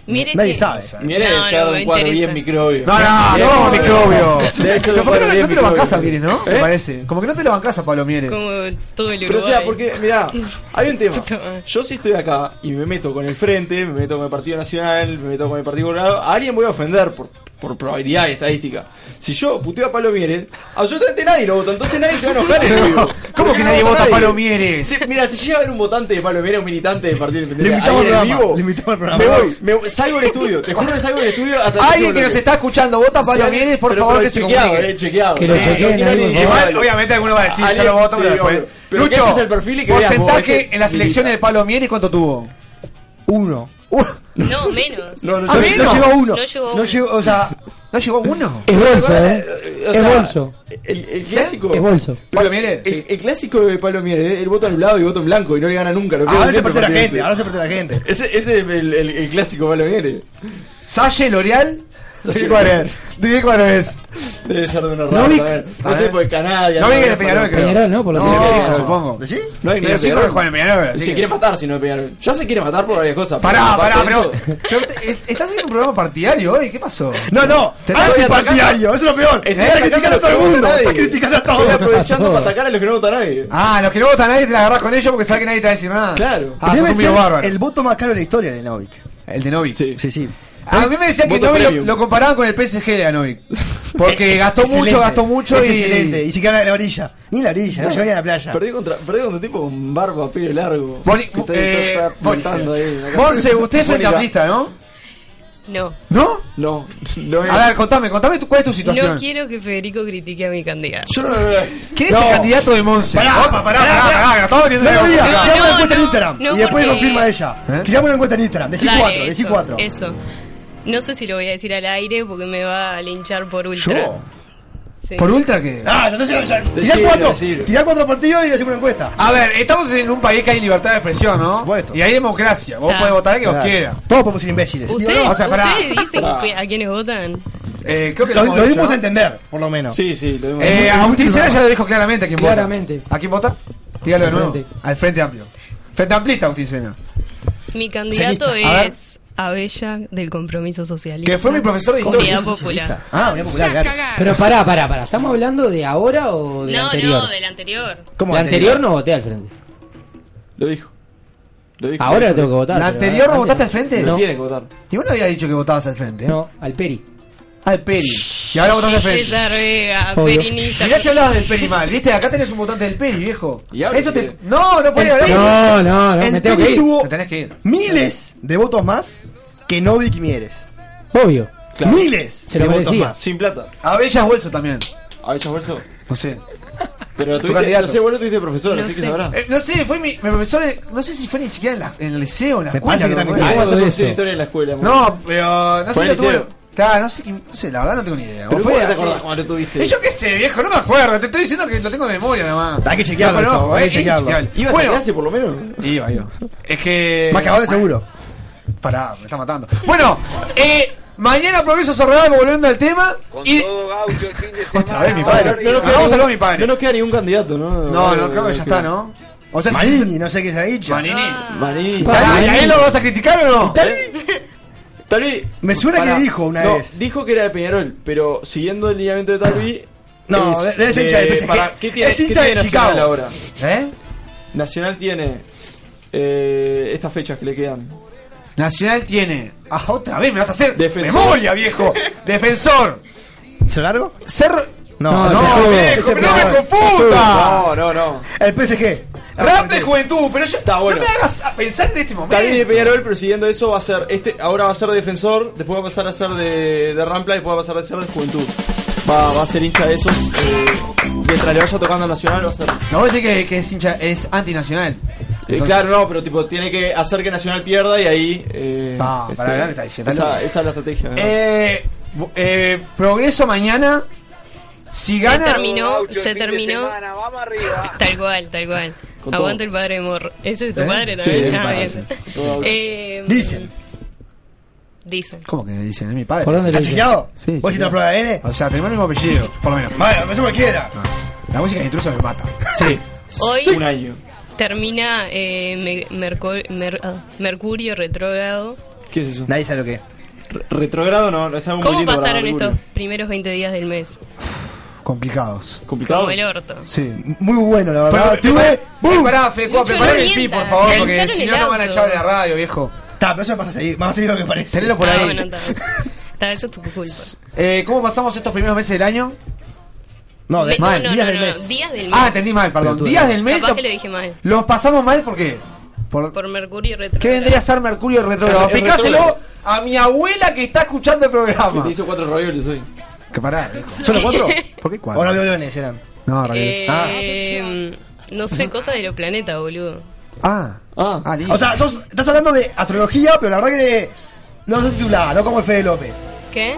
Mieres
Nadie
que-
sabe.
Mire,
No,
sea
no,
un
me
cuadro bien
interesa.
microbio.
No, no, no,
Bien
microbio.
Debe ser
eh, Pero
un
¿por qué
cuadro
no,
bien
no te lo bancás a
microbio.
Mieres, ¿no? Me
¿Eh?
parece. Como que no te lo bancás a Pablo Mieres.
Como todo el Uruguay.
Pero o sea, porque, mirá, hay un tema. Yo si estoy acá y me meto con el Frente, me meto con el Partido Nacional, me meto con el Partido Colorado, a alguien voy a ofender por, por probabilidad y estadística. Si yo puteo a Palo Mieres, absolutamente nadie lo vota, entonces nadie se va a enojar en el vivo.
[laughs] ¿Cómo
Porque
que
no
nadie vota a Palo
nadie.
Mieres?
Si- mira, si llega a haber un votante de Palo Mieres, un militante del Partido
Le
Independiente,
invitamos al
ahí en el
programa.
vivo,
Le invitamos al programa.
me voy, me voy, salgo del estudio, te juro que salgo del estudio hasta el
Alguien
próximo
que nos
bloque.
está escuchando, vota a
Si
Pablo
alguien-
Mieres, por
pero-
favor,
pero
que se
chequeado,
comunique.
eh, chequeado.
Que lo
Sí,
chequeen
no quiero
ahí,
ni-
por
Igual,
Pablo.
obviamente alguno va a decir, ya
Alguien-
lo
sí,
voto, pero después.
obvio. Pero que este es el perfil y que veas, vos,
porcentaje
este
en las
milita.
elecciones de Pablo Mieres, ¿cuánto tuvo?
Uno.
No, menos.
No, no,
No,
yo-
no llegó a uno.
No llegó a
No
uno.
llegó, o sea,
Ah, ¿No llegó uno?
Es bolso, ¿eh?
O
es
sea,
bolso.
El, el clásico.
Es bolso.
Pablo Mieres.
[laughs] El, el clásico de Pablo Mieres, eh, el voto anulado y voto en blanco y no le gana nunca.
Ah,
Lo
Ahora
pierden
se
siempre
perdió la
partido
gente,
ese.
ahora se perdió la gente.
Ese, ese es el, el, el clásico Pablo Mieres.
Salle, L'Oreal.
Salle,
¿De cuál [laughs] es? ¿De cuál es?
Debe ser de una
No
rara.
vi-
a ver.
a
No sé,
ver.
pues Canadá.
Ah, No vi que era de Peñarol, creo.
Peñarol, ¿no? Por la
No,
selección.
sí, supongo.
¿Decís?
No hay
Pero sí, creo que juega en Peñarol,
Y
así
Se
que-
quiere matar si no es Peñarol. Ya se quiere matar por varias cosas. pero
Pará, pará,
aparte de
[laughs] pero.
eso-
pero te- est- ¿Estás haciendo un programa partidario hoy? ¿Qué pasó?
No, no,
Te estoy
antipartidario, eso es lo peor.
Estoy
Estás criticando a todo el mundo, estás criticando a
Estoy
todos.
aprovechando para atacar a los que no votan a nadie.
Ah, los que no votan a nadie te la agarrás con ellos porque sabes que nadie te va a decir nada.
Claro.
Ah, sos
Debe
un
ser
medio bárbaro.
el voto más caro de la historia de Novik.
El de Novik.
Sí.
Sí, sí.
A mí me decían que
Voto
Novik lo,
premium.
lo comparaban con el PSG de Novik.
[laughs]
Porque gastó
Excelente,
mucho, gastó mucho
es
y.
Excelente, y se queda en la orilla. Ni en la orilla, no llegó ni a la playa.
Perdí contra, perdí contra un tipo con barba, pelo largo.
Boni-
que está,
eh,
está
Boni-
flotando ahí en la casa.
Monse, usted es frente
Mónica.
amplista, ¿no?
No.
¿No?
No, no es.
A ver, contame, contame tu- cuál es tu situación.
No quiero que Federico critique a mi candidato.
yo no lo veo.
¿Quién es el candidato de Monse? Pará, pará, pará, pará, estamos
No
metiendo
me
la
digas,
boca.
no,
tiramos una
no,
encuesta en
no,
Instagram.
no,
y después
porque-
confirma ella.
¿Eh?
Tiramos una encuesta en Instagram. Decí
Dale,
cuatro,
eso,
decí cuatro.
Eso. No sé si lo voy a decir al aire porque me va a linchar por ultra.
¿Yo?
Sí.
¿Por ultra qué?
Ah, entonces ya- tirá
Decilo,
cuatro.
decilo.
Tirá cuatro partidos y hacemos una encuesta.
A ver, estamos en un país que hay libertad de expresión, ¿no?
supuesto.
Y hay democracia. Vos
Ah.
podés votar al que vos
Claro.
quieras.
Todos podemos ser imbéciles.
¿Ustedes,
no, o sea, pará.
ustedes dicen
Pará.
que- a quienes votan?
Eh, creo que
Lo,
hemos
lo
dicho,
dimos
¿no?
a entender, por lo menos.
Sí, sí, lo vemos.
Eh, Agustín Sena ya lo dijo claramente a quién vota.
Claramente.
¿A quién vota? Dígalo de
Al
nuevo.
Frente.
Al Frente Amplio. Frente Amplista, Agustín Sena.
Mi candidato
Cenista. A ver.
es Abella del Compromiso Socialista.
Que fue mi profesor de historia.
Unidad Popular.
Ah, voy a popular, claro.
Pero pará, pará, pará. ¿Estamos hablando de ahora o de
no,
anterior?
no, del anterior.
¿Cómo
la
anterior?
anterior? no voté al frente.
Lo dijo. Lo dijo.
Ahora la tengo que
Lo
votar.
¿La
pero
anterior no
antes
votaste al frente?
Lo
No,
tiene que votar.
Y vos no habías dicho que votabas al Frente. ¿eh?
no, al Peri.
Al Peri. Y ahora votaste al Frente.
César Vega,
Obvio.
Perinista.
Mirá si hablabas del Peri mal, viste, acá tenés un votante del Peri, viejo.
Y ahora
Eso
sí.
te... No, no podés
El
hablar.
Peri-
No, no, no,
el
me tengo que
Peri
ir.
tuvo
Te tenés que ir.
miles de votos más que Novik Mieres.
Obvio.
Claro.
Miles
Se lo
de votos
merecía.
más.
Sin plata. Ah,
Abellas Bolso también.
A ver, ya bolso.
No sé.
Pero
Tu
tú
candidato.
no sé, vos no tuviste profesor,
No
así que
sé.
sabrás.
Eh, no sé, fue mi, mi profesor, eh, no sé si fue ni siquiera en, la- en el liceo, en la
Me
escuela.
parece que
creo
también
fue.
tuvo.
Ah, esa
de
no es
eso.
la historia de la escuela. amor.
No, pero no
Fue
sé,
en
lo
el
tuve.
liceo.
Claro, no sé, qué- no sé, la verdad no tengo ni idea. O
Pero
fue
vos no te
así.
acordás cuando lo tuviste.
Y yo qué sé, viejo, no me acuerdo. Te estoy diciendo que lo tengo de memoria, además.
Hay que chequearlo,
Lo conozco,
esto, hay
eh,
que chequearlo.
chequearlo.
¿Ibas
Bueno,
a clase por lo menos?
iba,
[laughs]
iba. Es que.
Más que ahora seguro.
Pará, me está matando. Bueno, eh, mañana Progreso Sorreal volviendo al tema. y... Otra vez mi padre.
No nos queda
Vamos a hablar
ningún-
de mi padre.
No nos queda ningún candidato, ¿no? Este,
No, no, creo que ya está, ¿no? O sea, si-
Manini, no sé qué será dicho. Ah,
Manini.
Marini.
Pará, ¿y a él lo vas a criticar o no?
Talvi.
Me suena
Pará.
que dijo una
No,
vez.
Dijo que era de Peñarol, pero siguiendo el lineamiento de Talvi.
No,
es
es hincha de PSG.
pará, ¿Qué tiene,
Es
qué
hincha
tiene
de
Nacional
Chicago.
ahora?
¿Eh?
Nacional tiene. Eh, estas fechas que le quedan.
Nacional tiene. Ah, otra vez me vas a hacer.
Defensor.
¡Memoria,
[laughs]
viejo! Defensor.
¿Se largo?
Ser.
No,
No,
ese
no,
juego,
viejo,
ese
no me
juego.
confunda.
Ah.
No, no, no.
El PSG.
Rap de juventud, pero yo
Está bueno.
no me hagas a pensar en este
Talvi de
momento.
Peñarol, pero siguiendo eso va a ser. este Ahora va a ser defensor, después va a pasar a ser de, de Rampla y después va a pasar a ser de Juventud. va, va a ser hincha de esos. eh, mientras le vaya tocando a Nacional, va a ser.
No voy a decir que, que es hincha, es antinacional.
Eh, claro, no, pero tipo, tiene que hacer que Nacional pierda y ahí. Eh,
Pa,
este,
pará, me está diciendo.
Esa, esa es la estrategia. ¿verdad?
Eh, bu- eh, progreso mañana. Si
Se
gana.
terminó, se terminó. Tal cual, tal cual.
[laughs] Con todo.
Aguanta el padre de Morro. Ese es tu
¿Eh?
padre
Sí, es
también.
mi
Ah,
padre,
bien.
sí.
Eh,
Dicen.
Dicen.
¿Cómo que dicen? Es mi padre.
¿Por dónde lo
¿Está
dicen?
chequeado?
Sí.
¿Vos hiciste la prueba de N? O sea, tenemos el mismo apellido, por lo menos. Vaya, me cualquiera. La música de intruso me mata. Sí.
Hoy
Un año.
termina eh, me- merco- mer- ah, Mercurio retrógrado.
¿Qué es eso?
Nadie sabe lo que es.
Retrogrado no, no es algo
¿Cómo
muy lindo para
pasaron
Mercurio.
estos primeros 20 días del mes?
Complicados.
¿Complicados?
Como el orto.
Sí. Muy bueno, la verdad. Tuve. Pará, Fecua,
Lucho,
prepará
no
el pi,
mientas.
por favor,
Engancharon
porque
el
si no nos van a
auto.
echar de la radio, viejo. Ta, pero eso me pasa a seguir. Vamos a seguir lo que parece. Tenelo por
Ah,
ahí.
bueno, está,
[laughs]
está, eso es tu culpa.
Eh, ¿Cómo pasamos estos primeros meses del año? No,
Ve-
mal,
no, no,
días
no,
del
no,
mes.
días del
Ah,
mes.
entendí mal, perdón.
Pelotudo.
Días del mes.
Capaz
lo-
que lo dije mal.
Los pasamos mal porque. Por,
Por Mercurio retrógrado.
¿Qué vendría a ser Mercurio retrógrado?
El- el
Picáselo
retrógrado.
a mi abuela que está escuchando el
Que Te
programa.
hizo cuatro ravioles hoy.
Que pará, ¿Solo cuatro?
[laughs]
¿Por qué cuatro? O no violones eran. No,
Eh, mm,
realidad.
No sé, cosas de los planetas, boludo.
Ah.
Ah.
o sea, sos- estás hablando de astrología, pero la verdad que no sos titular, no como el Fede López.
¿Qué?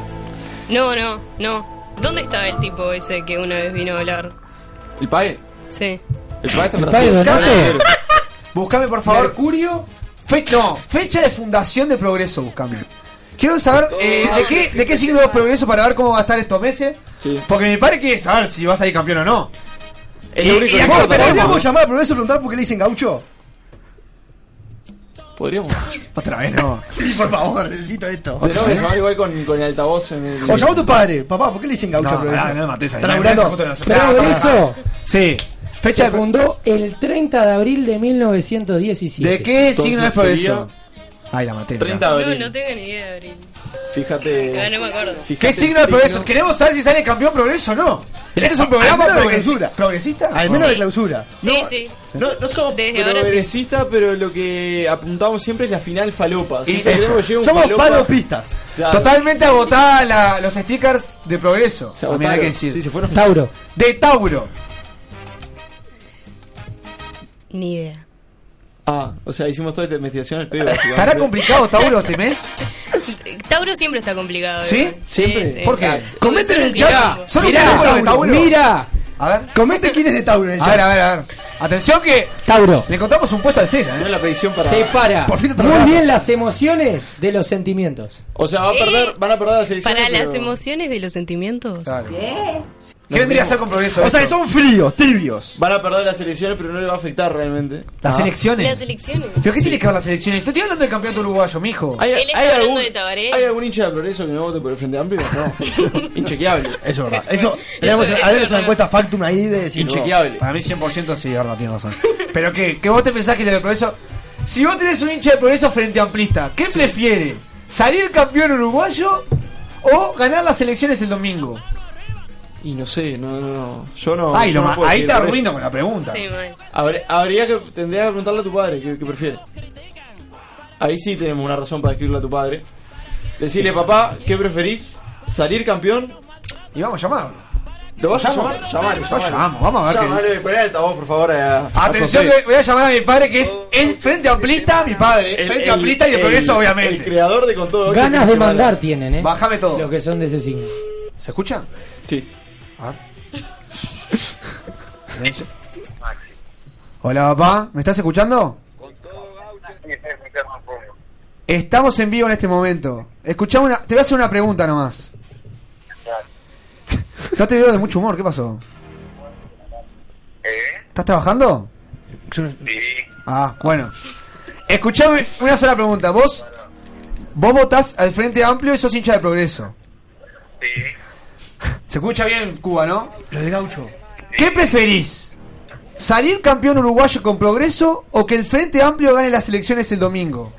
No, no, no. ¿Dónde estaba el tipo ese que una vez vino a hablar?
¿El PAE?
Sí.
El PAE está en
¿El
Brasil.
PAE donaste?
Está en Brasil.
Buscame, por favor. Mercurio. no, fecha de fundación de Progreso, buscame. Quiero saber eh, de qué, de qué signo es Progreso para ver cómo va a estar estos meses. Porque mi padre quiere saber si vas a ir campeón o no.
El
Y-
único
y
que
acá lo
importa,
tenemos.
¿no?
¿Podríamos llamar a Progreso y preguntar por qué le dicen gaucho?
Podríamos.
Otra vez no.
Sí, por favor, necesito esto.
Tenemos que llamar igual con, con el altavoz en el.
O llamó a tu padre, papá, ¿por qué le dicen gaucho
No,
a Progreso?
pará, no me
mates
Está laburando.
Progreso
Sí.
se fundó el 30 de abril de 1917.
¿De qué signo es Progreso?
eso?
Ay, la maté.
30 de
No,
abril.
no tengo ni idea de abril.
Fíjate.
Ah, no me acuerdo.
fíjate
¿Qué
el
signo es Progreso? Queremos saber si sale campeón Progreso o no. Este es un programa
Al menos de
progresi-
clausura.
progresista.
Al menos de clausura.
Sí, sí.
No, no somos
Desde ahora sí.
progresistas, pero lo que apuntamos siempre es la final falopa.
Y
Siempre queremos que llegue un
Somos
falopa.
falopistas.
Claro.
Totalmente agotada la- los stickers de progreso.
agotaron.
También hay Ah, que decir.
Sí, se fueron.
Tauro.
De Tauro.
Ni idea.
Ah, o sea, hicimos toda esta investigación al pedo.
Ah, ¿Estará complicado Tauro este mes?
Tauro siempre está complicado.
¿Sí?
igual.
Siempre.
sí.
¿Por qué?
Ah,
Comenten
es
en
un
el chat.
quilombo.
Solo un poco lo de Tauro.
mira.
A ver.
Comente quién es de Tauro en el
A
chat.
ver, a ver, a ver. Atención que
Tauro.
le encontramos un puesto al cena,
No
¿eh?
es la predicción para.
Separa
Por fin te
muy
tragaron.
bien las emociones de los sentimientos.
O sea, va a perder, van a perder las elecciones.
Eh, Para las
pero-
emociones de los sentimientos.
¿Qué vendría a ser con progreso?
O sea, que
eso?
son fríos, tibios. Ah.
Van a perder las elecciones, pero no le va a afectar realmente.
las elecciones.
Las elecciones.
¿Pero qué tiene que ver las elecciones? Te estoy hablando del campeonato uruguayo, mijo.
¿Hay,
Él está
hay
hablando
algún,
de Tabaré.
¿Hay algún hincha de progreso que no vote por el Frente Amplio? No. [laughs] Inchequeable.
Eso es verdad. Eso, tenemos,
Eso es
a ver, es una
verdad.
encuesta factum ahí de decir. "Oh,
Inchequeable.
Para mí 100% sí, verdad, tiene razón. [laughs] Pero que, que vos te pensás que lo de progreso... Si vos tenés un hincha de progreso frente a amplista, ¿qué prefiere? ¿Salir campeón uruguayo o ganar las elecciones el domingo?
Y no sé, no, no, no. Yo no.
Ay,
yo
lo
no
ma-
puedo
ahí
decir,
te
por
arruino con la pregunta.
Sí, mal.
eso. Habría, habría que, tendría que preguntarle a tu padre qué, qué prefiere. Ahí sí tenemos una razón para escribirle a tu padre. Decirle, papá, ¿qué preferís? ¿Salir campeón?
Y vamos a llamarlo.
¿Lo vas a
¿Llamo?
llamar? Llamar,
Lo llamo, vamos a ver qué
Llamar,
dice.
poné el altavoz, por favor. eh, a- a
Atención,
José.
que voy a llamar a mi padre que es, es frente amplista, mi padre.
El-
frente
el-
amplista y de
el-
progreso,
El
obviamente.
creador de con todo. Ocho,
Ganas
que
de
se manda.
mandar tienen, ¿eh?
Bájame
Los
todo.
que son de ese signo.
¿Se escucha?
Sí.
Ah. Silencio. Hola, papá. ¿Me estás escuchando? Estamos en vivo en este momento. Escuchame una... Te voy a hacer una pregunta nomás. No te veo de mucho humor. ¿Qué pasó? ¿Estás trabajando? Ah, bueno. Escuchame una sola pregunta. Vos, vos votás al Frente Amplio y sos hincha de Progreso. Se escucha bien Cuba, ¿no?
Lo de gaucho.
¿Qué preferís? ¿Salir campeón uruguayo con Progreso o que el Frente Amplio gane las elecciones el domingo?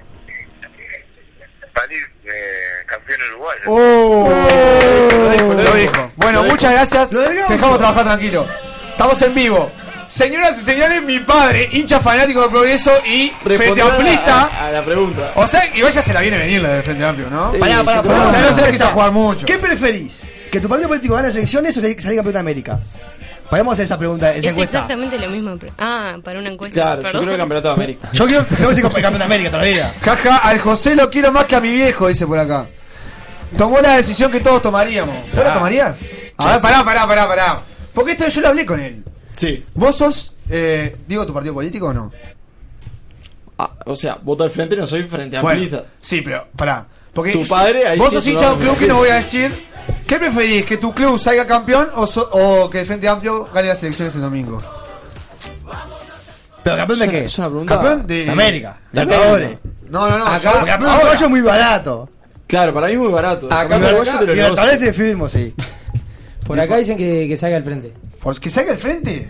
salir eh, campeón uruguayo.
¡Oh!
dijo, lo
Lo
dijo.
dijo. Bueno,
Lo dijo.
muchas gracias.
Lo del gaucho.
Te dejamos trabajar tranquilo. Estamos en vivo. Señoras y señores, mi padre, hincha fanático de Progreso y Frente
Respondió a la-
Amplista.
A, a la pregunta.
O sea, igual ya se la viene a venir la del Frente Amplio, ¿no?
Pará, pará,
O sea,
pará.
no se la quiso jugar mucho.
¿Qué preferís? Que tu partido político gane las elecciones o salir campeón de América. Podemos hacer esa pregunta, esa
es
encuesta.
exactamente la misma. pre- Ah, para una encuesta.
Claro, yo
perdón.
creo que campeonato de América.
Yo quiero, quiero que sea campeón de América todavía.
Jaja, al José lo quiero más que a mi viejo, dice por acá. Tomó la decisión que todos tomaríamos. ¿Vos la tomarías? A ver, pará, pará, pará, pará. Porque esto yo lo hablé con él.
Sí.
¿Vos sos, eh, digo, tu partido político o no?
Ah, o sea, voto al frente, no soy frente
Bueno,
amplista.
Sí, pero pará. Porque
Tu padre ahí
Vos
sí es
sos
un
hincha de un
hombre.
club que no voy a decir. ¿Qué preferís? ¿Que tu club salga campeón o, so- o que el Frente Amplio gane las elecciones el domingo?
¿Pero campeón de qué?
Campeón de-
América.
De
Libertadores.
No, no, no.
Acá,
yo-
porque campeón de
ahora.
Uruguayo es muy barato.
Claro, para mí muy barato.
Acá
en Uruguay yo te lo
Libertadores
negocio.
te firmo, sí.
Por acá dicen que, que salga al frente.
¿Por que salga al frente?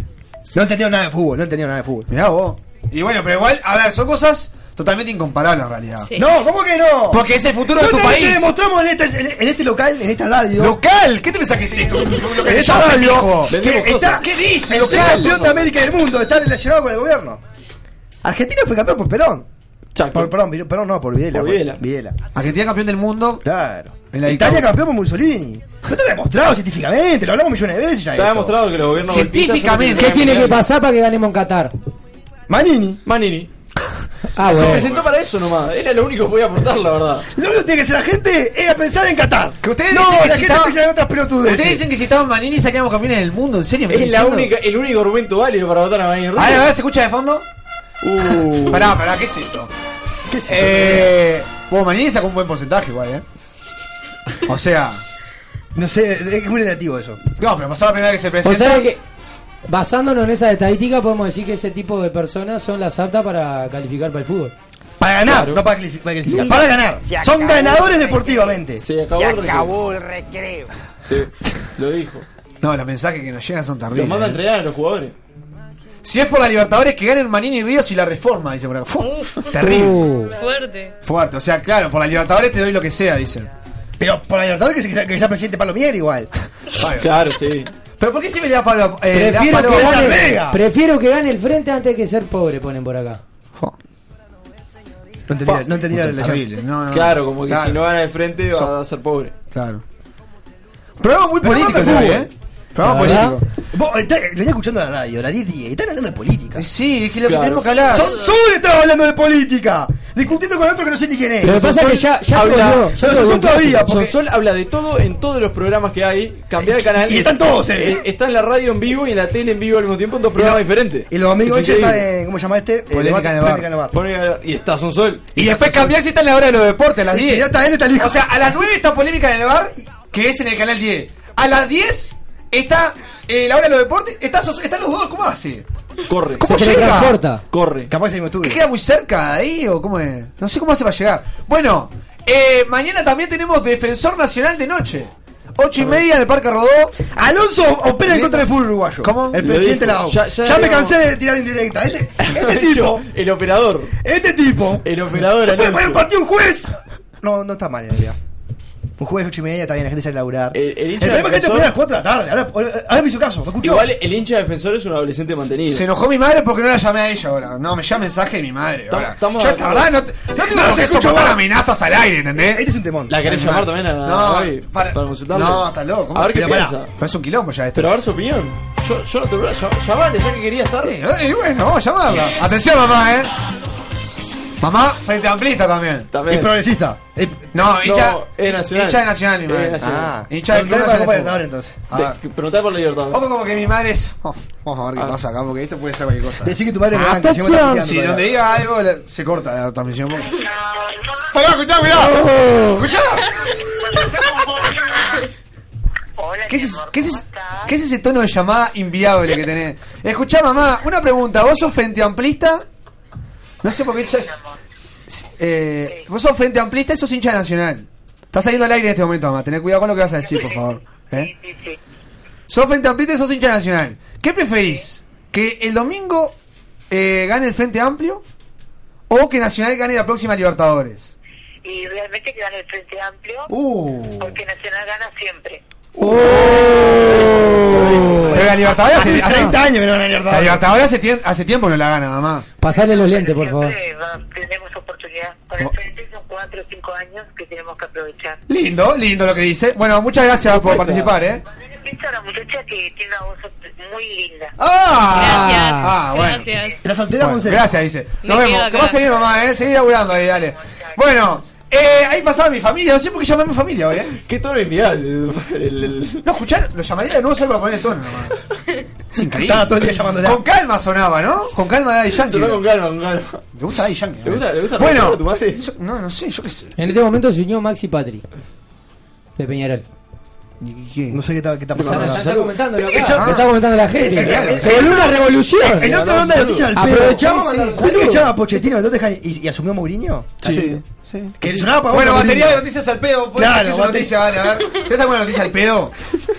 No entendía nada de fútbol, no entendía nada de fútbol.
Mirá vos. Y bueno, pero igual, a ver, son cosas totalmente incomparables en realidad.
No, ¿cómo que no?
Porque es el futuro de
No
tu
te-
país.
te demostramos en este, en, en este local, en esta radio.
¿Local? ¿Qué te pensás que es esto? Lo
En
que
esta
yo te
radio.
digo.
que
¿Qué,
está-
¿Qué dices?
El
¿En serio?
campeón de América y del mundo está relacionado con el gobierno. Argentina fue campeón por Perón. Por, perdón, Vir- Perón no, por Videla.
Por
por-
Videla. Argentina campeón del mundo.
Claro.
En la
Italia
dictadura.
campeón por Mussolini. No está demostrado científicamente, lo hablamos millones de veces ya.
Está
esto.
demostrado que los gobiernos
Científicamente.
¿Qué tiene que pasar para que ganemos en Qatar?
Manini.
Manini.
Ah,
Se
bueno.
presentó para eso nomás. Era lo único que podía aportar, la verdad.
Lo único que tiene que hacer la gente es pensar en Qatar.
Que ustedes
No,
dicen que
la
si
gente
estaba-
piensa en otras pelotudeces.
Ustedes dicen que si estamos Manini salíamos campeones del mundo, ¿en serio? ¿Me
Es la
están diciendo?
única, el único argumento válido para votar a Manini.
A ver, a ver, ¿se escucha de fondo?
Uh.
[laughs] Pará, pará, ¿qué es esto?
¿Qué
es Eh, bueno, Manini sacó un buen porcentaje igual, ¿eh? O sea...
No sé, es muy negativo eso.
No, pero pasó la primera vez que se
O
presenta...
sea que, basándonos en esa estadística, podemos decir que ese tipo de personas son las aptas para calificar para el fútbol.
Para ganar, no para calificar. Para, calificar, para ganar.
Se acabó
Son ganadores
el
deportivamente.
Se acabó el
acabó
recreo. Sí, lo dijo.
No, los mensajes que nos llegan son terribles.
Los manda a
¿eh?
entrenar a los jugadores.
Si es por la Libertadores, que ganen Manini y Ríos y la reforma, dice por acá. Fu, Terrible.
Uh.
[laughs] Fuerte.
Fuerte, o sea, claro, por la Libertadores te doy lo que sea, dicen.
Pero por la Libertadores que, se- que, sea presidente Palomier igual.
Claro, sí.
¿Pero por qué siempre le da Pablo eh, le da
prefiero,
palo
que
a César
gane,
Vega?
prefiero que gane el frente antes que ser pobre, ponen por acá.
No entendía, no entendía la
Mucho
relación.
terrible, no, no, no.
Claro, como que
Claro.
si no gana de frente va
Son-
a ser pobre.
Claro. Programa muy
Pero
político,
hablando de
este, ¿eh? Programa
La verdad,
político.
Vos, está- venía escuchando la radio, la 1010, están hablando de política.
Eh, Sí, es que lo
Claro.
que tenemos que hablar.
Son Sol estaba hablando de política, discutiendo con otro que no sé ni quién es.
Pero lo que pasa es que ya, ya se
habla,
volvió-
ya se volvió
todavía,
clásico, porque-
Sol habla de todo en todos los programas que hay, cambiar el canal.
Y están todos, eh.
Eh, Está en la radio en vivo y en la tele en vivo al mismo tiempo en dos programas diferentes.
Y los amigos
Es
ocho están
increíble.
en, ¿cómo se llama este? Eh,
Polémica
debate-
en el bar.
Polémica en el bar.
Pone- Y está Son Sol.
Y después cambiar si está en la hora de los deportes, a las
Y si
10.
no está él, está el hijo.
O sea, a las 9 está polémica en el bar, que es en el canal 10. A las 10 está eh, la hora de los deportes, está sos- están los dos, ¿cómo hace?
Corre.
¿Cómo
Se
llega?
teletransporta.
Corre.
Capaz es el mismo estudio.
¿Queda muy cerca ahí o cómo es? No sé cómo hace para llegar. Bueno, eh, mañana también tenemos Defensor Nacional de noche. 8 y media en el Parque Rodó.
Alonso opera en contra del fútbol uruguayo.
¿Cómo?
El
Lo
presidente de
dijo.
la O. Ya,
Ya- ya
me
habíamos-
cansé de tirar indirecta. [laughs] Este, este
Yo,
tipo,
El operador.
este tipo.
El operador
¡Puede poner un
Alonso.
partido un juez! No, no está mal en realidad. Un jueves 8 y media está bien, la gente sale a laburar.
El- el hincha
problema es que este
defensor-
opera a las 4 de la tarde. Ahora, ahora, ahora me hizo caso, ¿me escuchó?
Igual el hincha defensor es un adolescente mantenido.
Se enojó mi madre porque no la llamé a ella ahora. No, me llama mensaje de mi madre.
Tam-
Ahora.
estamos
Yo,
de
la
acuerdo.
verdad, no, te- no tengo
No,
por qué
te escucho
soportar
vos.
amenazas al aire, ¿entendés?
Este es un temón.
¿La querés
Ay,
llamar
madre.
también a
No,
Gaby
para-
consultarle?
No, está loco. ¿cómo?
A ver qué
Pero pará,
piensa.
pero es un quilombo ya esto.
Pero a ver su opinión. Yo, yo no te voy a llamar, ya que quería estar.
Eh, eh, bueno, vamos a llamarla. Atención, mamá, ¿eh? Mamá, frente amplista también.
Y
También.
progresista. Eh,
No, hincha,
es nacional.
hincha de Nacional, mi
Es
madre.
nacional.
Ah, hincha del
Dale para la
Club Nacional
Copa
de
Libertadores entonces.
Fútbol.
De-
Ah.
preguntá por Libertadores.
Ojo como que mi madre es... oh, [laughs] vamos a ver qué
Ah.
pasa acá, porque esto puede ser cualquier cosa.
Decí que tu madre es
Ah,
blanca, encima está
atención.
puteando
Si
todavía.
donde diga algo la- se corta la transmisión. porque- Pará, escuchá, cuidado.
Oh.
Escuchá. ¿Qué es, ese- qué, es, ese- qué es ese tono de llamada inviable que tenés? Escuchá, mamá, una pregunta. ¿Vos sos frente amplista? No sé por qué. Eh, vos sos frente amplista y sos hincha de nacional. Estás saliendo al aire en este momento, mamá. Tener cuidado con lo que vas a decir, por favor. ¿Eh? Sos frente amplista y sos hincha de nacional. ¿Qué preferís? ¿Que el domingo eh, gane el Frente Amplio o que Nacional gane la próxima Libertadores?
y realmente que gane el Frente Amplio
Uh.
porque Nacional gana siempre.
Oh.
Pero la Libertadores hace, hace
30 años que no gana
La
Libertadores.
Libertadores hace, tiem- hace tiempo no la gana, mamá.
Pasarle los lentes, por favor.
Tenemos oportunidad. Con el frente son 4 o 5 años que tenemos que aprovechar.
Lindo, lindo lo que dice. Bueno, muchas gracias por participar, ¿eh?
Pienso a la muchacha que tiene una voz muy linda.
¡Ah! Ah, bueno.
Gracias.
La soltera
Bueno,
Monse.
gracias, dice.
Me quedo
Nos vemos.
acá.
Que va a seguir, mamá, ¿eh? Seguir laburando ahí, dale. Bueno, eh, ahí pasaba mi familia. No sé por qué llamé a mi familia hoy, ¿eh? Qué tono enviar. No, escuchar, lo llamaría de nuevo solo para poner el
[laughs]
tono, nomás. Sin
Estaba todo el día llamándole.
Con calma sonaba, ¿no? Con calma de Daddy Yankee.
Sonó con
calma, con calma. ¿Te gusta Daddy Yankee?
¿Le gusta- le gusta
bueno,
a tu madre?
yo- no, no sé, yo qué sé.
En este momento se unió Maxi Patri. De Peñarol.
No sé qué está, qué está pasando.
Está- está comentando acá.
Yo-
Lo está comentando la gente.
Sí, claro.
Se volvió una revolución.
En otra onda de noticias al pedo.
Aprovechamos.
Sí, sí.
mandar un
¿Viste que
saludo.
echaba a Pochettino al Tottenham y, y asumió Mourinho?
Sí.
Que le sonaba para
Bueno,
vos,
batería de
Mourinho.
noticias al pedo. pues,
Claro,
Claro,
bate-
noticia, vale, a ver. ¿Ustedes alguna noticia al pedo?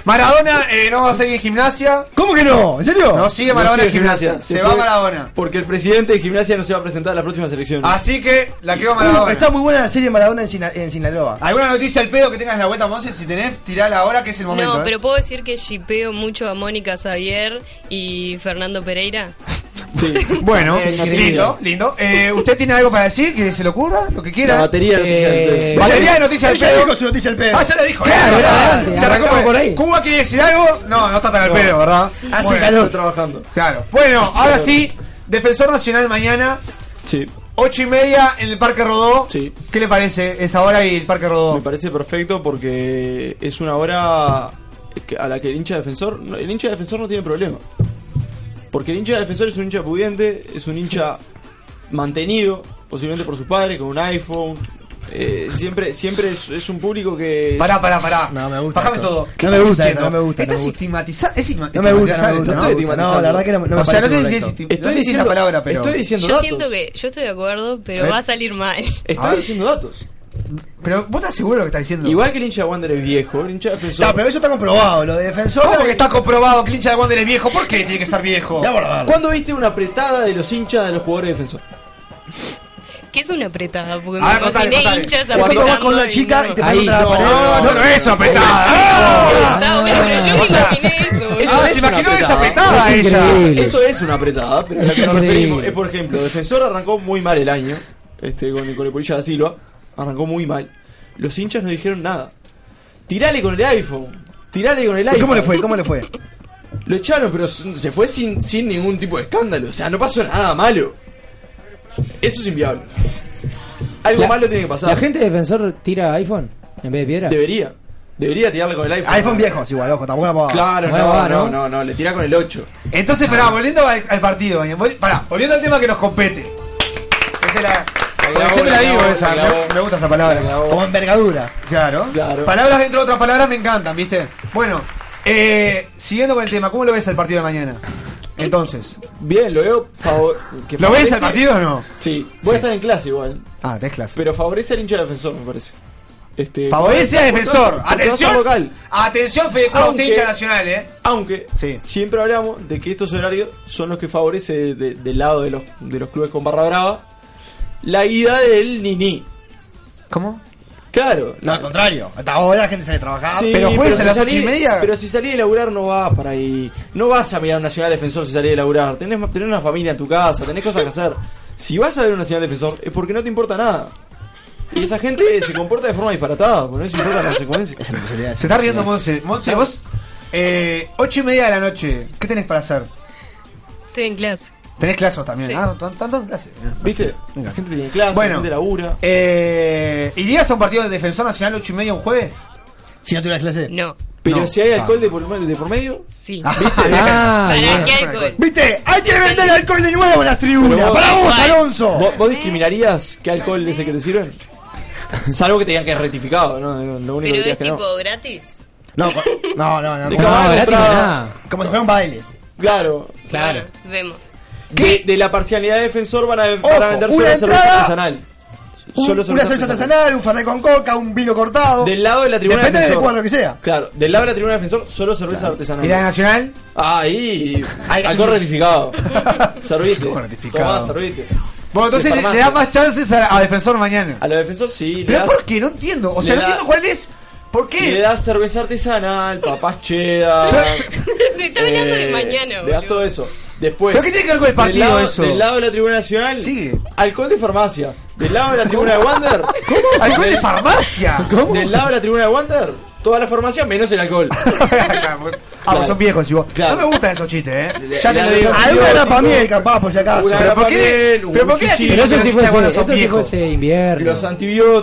Maradona eh, no va a seguir en gimnasia.
¿Cómo que no? ¿En serio?
No sigue
No
Maradona en gimnasia. Se, va
fue
Maradona. Ah,
Porque el presidente de gimnasia no se va a presentar a la próxima selección.
Así que la quedó
Uh,
Maradona.
está muy buena la serie Maradona en, Sina- en Sinaloa.
¿Alguna noticia al pedo que tengas en la vuelta, Monse? Si tenés, tirala ahora que es el momento.
No,
¿eh?
pero puedo decir que shipeo mucho a Mónica Xavier y Fernando Pereira.
Sí.
[laughs] Bueno,
Eh,
lindo, lindo. Eh, ¿Usted tiene algo para decir? ¿Que se le ocurra? Lo que quiera.
La batería de noticias del
Eh,
pedo.
Batería de noticias del
Ella
pedo.
dijo su noticia al pedo.
Ah, ya la dijo.
Claro,
eh,
era
¿verdad?
adelante,
Se arrancó
arrancamos
por
por
ahí.
ahí.
¿Cuba quiere decir algo? No, no está tan al
No.
pedo, ¿verdad?
Hace
Bueno,
calor.
trabajando.
Claro. Bueno,
Hace
ahora
calor.
sí, Defensor Nacional mañana.
Sí.
Ocho y media en el Parque Rodó.
Sí.
¿Qué le parece esa hora y el Parque Rodó?
Me parece perfecto porque es una hora que- a la que el hincha defensor. no, El hincha defensor no tiene problema. Porque el hincha defensor es un hincha pudiente, es un hincha mantenido, posiblemente por su padre, con un iPhone. eh, siempre siempre es, es un público que.
Pará, pará, pará.
No, me gusta.
Bájame
esto.
todo.
No me gusta
esto
esto, no me gusta.
Está
no me gusta.
estigmatizado. Es estigma-
No me gusta, no me
estigmatizar
gusta,
esto,
no me gusta. No, la verdad que no me
o sea, no
parece
sé si es
correcto.
estigma-
Estoy
no sé si es la
diciendo-
palabra, pero.
estoy diciendo-
Yo
datos.
siento que yo estoy de acuerdo, pero
A ver.
va a salir mal.
Está diciendo datos.
Pero vos estás seguro de lo que estás diciendo.
Igual que el hincha de Wander es viejo, el hincha defensor.
No, pero eso está comprobado. Lo de defensor.
¿Cómo que está comprobado que el hincha de Wander es viejo? ¿Por qué tiene que estar viejo?
Ya, por favor.
¿Cuándo viste una apretada de los hinchas de los jugadores de defensor?
Que es una apretada, porque
A
me
ver, contale,
imaginé
contale.
hinchas
Cuando vas
apretando
con la
y
chica y
no.
te
Ahí,
pones contra la
no,
pared.
no,
No, no es apretada.
Ah, bueno, pero yo me imaginé eso.
Eso
Ah,
es
se
una
imaginó
apretada.
desapretada
Es
ella.
increíble.
Eso es una apretada, pero a la
Es
que nos
increíble.
referimos es, por ejemplo, Defensor arrancó muy mal el año, este, con, el- con el Polilla da Silva, arrancó muy mal. Los hinchas no dijeron nada. Tirale con el iPhone, tirale con el
¿Y
iPhone.
cómo le fue? ¿Cómo le fue?
Lo echaron, pero s- se fue sin, sin ningún tipo de escándalo, o sea, no pasó nada malo. Eso es inviable. Algo
La-
malo tiene que pasar.
¿La gente defensor tira iPhone en vez de piedra?
Debería, debería tirarle con el iPhone.
iPhone viejos, igual, ojo, tampoco la puedo.
Claro,
Bueno,
no,
va,
no,
¿no?
no, no, le tira con el 8.
Entonces, pará, volviendo al, al partido, Daniel, vol- pará, volviendo al tema que nos compete. Esa es la. porque siempre la digo esa, me, me gusta esa palabra.
Como envergadura.
Claro.
Claro.
Palabras dentro de otras palabras me encantan, ¿viste? Bueno, eh, siguiendo con el tema, ¿cómo lo ves al partido de mañana? Entonces,
Bien, lo veo. favor- que
¿lo ves
favorece-
al partido o no?
Sí, voy a estar en clase igual.
Ah, tenés clase.
Pero favorece al hincha defensor, me parece. Este,
Favorece a
porque-
defensor.
porque va a ser
Atención,
local.
atención, Fede Cruz,
Aunque-
hincha nacional, eh.
Aunque
Sí.
siempre hablamos de que estos horarios son los que favorece de- de- del lado de los, de los clubes con barra brava la ida del Nini.
¿Cómo?
Claro.
No, al contrario. Hasta ahora la gente sale a trabajar.
Sí,
Ah, pero jueves a
si
las ocho y
salí-
media.
Pero si salís a laburar no vas para ahí. No vas a mirar un Nacional Defensor si salís a laburar. Tenés, tenés una familia en tu casa, tenés cosas que hacer. Si vas a ver un Nacional Defensor es porque no te importa nada. Y esa gente se comporta de forma disparatada, porque no les importa las consecuencias.
Se está riendo Monse. Monse, vos, eh, ocho y media de la noche, ¿qué tenés para hacer?
Estoy en clase.
Tenés clases también.
Sí.
Ah, tan- tanto en clase.
¿Viste? La gente tiene clase,
Bueno.
la gente labura.
Eh, ¿Irías a un partido de Defensor Nacional ocho y media un jueves?
Si no tuvieras clase.
No,
Pero
No.
si hay alcohol
Ah.
de por, de por medio,
sí.
Ah,
¿Para
bien.
qué alcohol?
¿Viste? Hay que vender alcohol de nuevo en las tribunas.
Pero vos-
¡Para vos,
Igual.
Alonso!
¿vos, vos discriminarías qué alcohol es el que te sirven? [laughs] Salvo que te digan que es rectificado, ¿no? Lo único
Pero
que te
es
digas que no.
tipo gratis.
No, co- no, no. no,
De
como,
caballo,
gratis
Prada.
nada.
como si fuera un baile.
Claro.
Claro.
Bueno, vemos. [laughs]
De, de la parcialidad de defensor van a, van a vender
una
solo cerveza
entrada,
artesanal.
Un-
Solo
una cerveza artesanal, un fernet con coca, un vino cortado.
Del lado de la tribuna
Depende del
defensor.
cuadro que sea.
Claro, del lado de la tribuna defensor, solo cerveza artesanal.
¿Y la de Nacional?
Ahí.
Ay,
Alcohol
sí.
[laughs] rectificado. Serviste.
¿Cómo rectificado?
Tomá, serviste.
Bueno,
De
entonces le, le
farmacia.
da más chances a, a Defensor mañana.
A los defensor sí. le
¿Pero
das-
por qué? No entiendo. O
le
sea, no
da-
entiendo cuál es
¿Por qué?
Le das cerveza artesanal, papás
[laughs]
cheddar.
Te está hablando de
eh,
mañana,
Le das
boludo.
todo eso. Después.
¿Pero qué tiene que ver con
del
el partido
lado-
eso?
Del lado de la tribuna nacional. Sigue. Alcohol de farmacia. Del lado de la tribuna de
[laughs]
Wander. ¿Cómo?
¿Alcohol de
[laughs] farmacia?
[laughs]
Del lado de la tribuna de Wander. Toda la farmacia menos el
[laughs]
alcohol.
Ah,
pues
vos son viejos y vos. No me gustan esos chistes, eh. Ya te
La
lo digo.
de-
Alguna
la
era
de-
para mí, capaz, por si acaso.
Una
Pero
grapa
¿por qué?
miel, un
Pero ¿por qué?
whisky,
Pero eso sí fue
Bueno,
ese-
son
eso sí fue
viejos.
ese invierno.
Los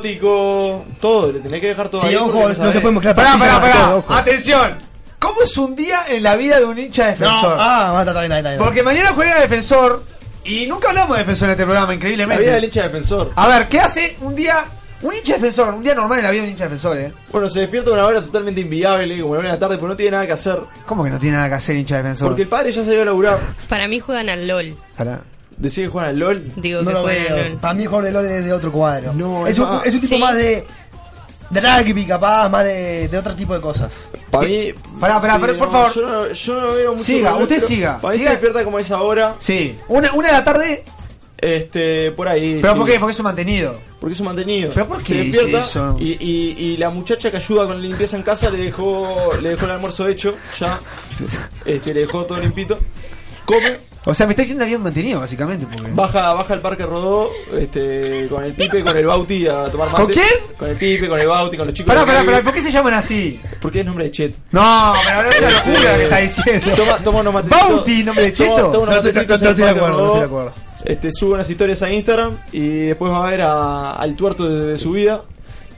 antibióticos, todo, le tenés que dejar todo
Sí,
ahí
ojo,
porque
no
sabés.
se puede mezclar
Pará,
pastillas
pará,
con
pará.
todo, ojo.
Atención. ¿Cómo es un día en la vida de un hincha defensor?
No, ah, está, está bien, está bien.
Porque mañana juega defensor y nunca hablamos de defensor en este programa,
La
increíblemente.
vida del hincha defensor.
A ver, ¿qué hace un día un hincha defensor? Un día normal en la vida de un hincha defensor, eh.
Bueno, se despierta a una hora totalmente inviable, como la una de la tarde, porque no tiene nada que hacer.
¿Cómo que no tiene nada que hacer hincha defensor?
Porque el padre ya salió a laburar.
Para mí juegan al LOL.
Decide jugar al LOL.
Digo
No
que
lo
juegan al
veo.
LOL.
Para mí, Jorge Lore es de otro cuadro. es,
es
un,
más-
es un tipo
Sí.
más de. de rugby, capaz, más de, de otro tipo de cosas.
Para
Eh,
mí.
Pará, pará, pero, por
no,
favor.
Yo no, lo- yo no lo veo mucho.
Siga,
pero-
usted
pero
siga,
Para mí
siga.
se despierta como a esa hora.
Sí. ¿Una, una de la tarde?
Este, por ahí.
¿Pero
sí.
por qué? Porque es un mantenido.
Porque es un mantenido.
¿Pero por qué
Se
dice
despierta
eso?
Y, y- y la muchacha que ayuda con la limpieza en casa le dejó, le dejó el almuerzo hecho, ya. Este, le dejó todo limpito. Come,
O sea, me está diciendo bien mantenido, básicamente. Porque...
baja, baja al parque Rodó, este, con el Pipe, con el Bauti a tomar mate.
¿Con quién?
Con el Pipe, con el Bauti, con los chicos.
Pará,
de la
pará,
calle.
pará, ¿por qué se llaman así?
Porque es nombre de Chet.
No, pero no es una
Este,
locura que está diciendo.
Toma, toma unos matecitos.
Bauti, nombre de
Toma-
Cheto.
toma unos
No estoy-
matecitos
no
en
estoy de
el
acuerdo,
Parque
no estoy de
Rodó.
acuerdo.
Este, sube unas historias a Instagram y después va a ver a- al tuerto de, de su vida.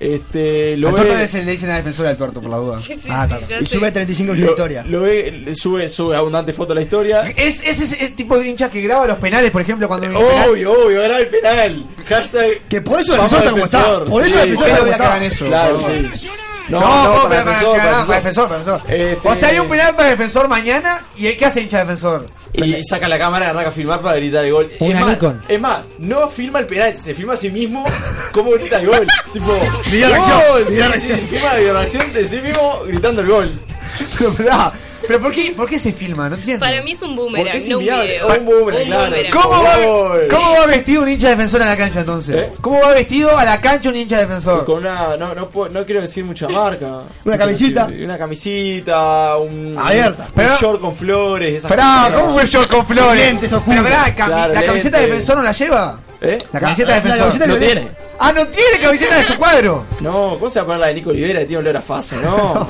Este, lo
Al
ve-
tuerto es el- le dicen a defensora del tuerto, por la duda. ah, está.
Y sube 35
lo-
millones de historia.
Lo ve, sube, sube abundante foto a la historia.
Es, es ese tipo de hincha que graba los penales, por ejemplo, cuando...
Obvio, obvio, era el penal. Hashtag.
Que por eso
vamos
defensor está como está.
defensor,
Por eso
sí,
defensor está
pero
como
voy a
está.
cagar en eso, Claro,
por favor.
sí.
No,
No,
no,
no,
para
para defensor, para
defensor, para defensor.
Este-
O sea, hay un penal para defensor mañana y ¿qué hace hincha defensor? [laughs]
Y saca la cámara, arranca a filmar para gritar el gol.
Una
es, más,
Nikon.
es más, no filma el penal, se filma a sí mismo como grita el
[laughs]
gol. tipo,
Video
¡Gol!
reacción,
Sí,
video
sí,
reacción.
filma la violación de sí mismo gritando el gol.
Pero, pará, pero ¿por qué, por qué se filma? No entiendo.
Para mí es un boomerang,
Porque es
no un
inviable.
video.
Un boomerang, claro.
¿Cómo va,
Gol.
¿Cómo va vestido un hincha defensor a la cancha entonces?
¿Eh?
¿Cómo va vestido a la cancha un hincha defensor?
Con una, no, no, puedo- no quiero decir mucha marca.
Una camisita.
Una camisita, un,
Abierta.
un
Pero-
short con flores. esas
Pará,
cosas.
¿cómo fue short con flores? Pero pará, cami-
Claro,
¿la camiseta de
lentes.
defensor no la lleva?
¿Eh?
Ah,
La camiseta de
No,
defensor.
no
de-
tiene.
Ah, no tiene camiseta de su cuadro.
No, ¿cómo se va a poner la de Nico Olivera que tiene olor a faso?
[laughs]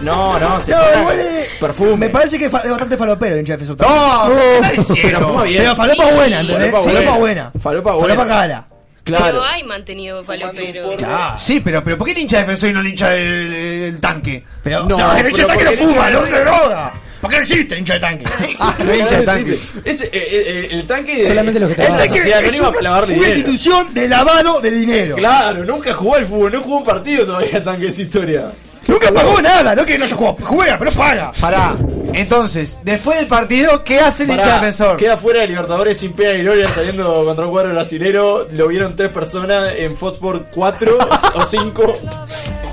No. No, no, se
No,
pone
igual es-
perfume.
Me parece que fa- es bastante falopero el hincha de Defensor.
No, ¿qué estás diciendo?
pero,
Fuma bien.
pero falopa
Sí.
buena, ¿entendés?
Falopa
Falopa
buena.
buena.
Falopa buena.
Falopa cara.
Pero hay mantenido palopero.
Sí, pero, pero ¿por qué el hincha defensor y no el hincha del, del tanque? Pero,
No,
el hincha
pero
del tanque no
porque el hincha
fuma,
del
no
tanque-
se droga. ¿Por qué no existe el hincha
[laughs]
del tanque? Ah, no hay hincha del tanque.
Es, eh, eh, el tanque. Este
Solamente los Este
el
que trabajan.
tanque sociedad anónima para lavarle
Una
dinero.
institución de lavado de dinero.
Claro, nunca jugó al fútbol, no jugó un partido todavía el tanque de esa historia.
Nunca pagó nada, no que no se juega, juega, pero paga. Pará. Entonces, después del partido, ¿qué hace el hincha
Pará,
defensor?
Queda fuera de Libertadores sin pena ni gloria saliendo contra un cuadro brasilero. Lo vieron tres personas en Foxport 4 [laughs] o 5.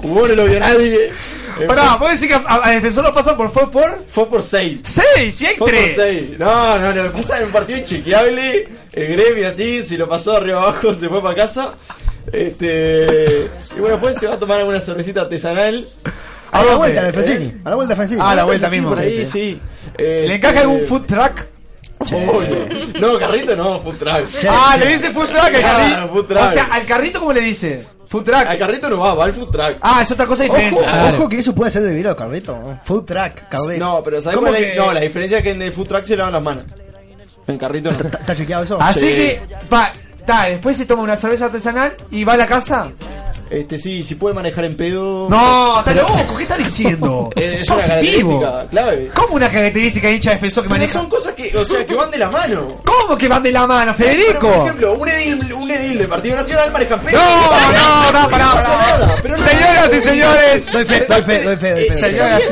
Jugó, no lo vio nadie.
Pará, vos decís que a, a defensor lo pasan por fue por
Fue por 6.
¿Seis? ¿Y hay
Fue por
tres?
seis. No, no, lo que pasa es un partido inchequeable. El gremio así, si lo pasó arriba abajo, se fue para casa. Este. Y bueno, después se va a tomar alguna cervecita artesanal.
A la
dónde?
vuelta de
¿Eh?
Francini. A la vuelta de Francini.
Ah, a la vuelta
Francini
mismo.
por
Sí,
ahí, sí.
sí. Eh,
¿Le encaja algún
eh,
food truck?
oh, no. No, carrito no, food truck.
Ah, le dice food truck al
Claro,
carrito.
food truck.
O sea, al carrito, ¿cómo le dice? Food truck.
Al carrito no va, va al food truck.
Ah, es otra cosa diferente.
Ojo, ojo que eso puede ser el video, Carrito. Food track, Carrito.
No, pero ¿sabes
¿Cómo
cuál es?
que-
No, la diferencia es que en el food truck se lavan las manos. En carrito no.
¿Está chequeado eso?
Así
Sí.
que, pa, ta, después se toma una cerveza artesanal y va a la casa.
Este sí, si puede manejar en pedo.
No, está
Pero-
loco, ¿qué está diciendo?
Eh, [laughs] es una
Positivo.
característica clave.
¿Cómo una característica de hincha defensor que
Pero
maneja?
son cosas que, o sea, que van de la mano.
¿Cómo que van de la mano,
Pero, por
Federico?
ejemplo, un edil, un edil de Partido Nacional maneja en pedo.
No, no, no, pará,
pasa
pará.
nada, pero no-
Señoras y señores.
Doy fe, doy fe, doy fe, doy fe.
Señoras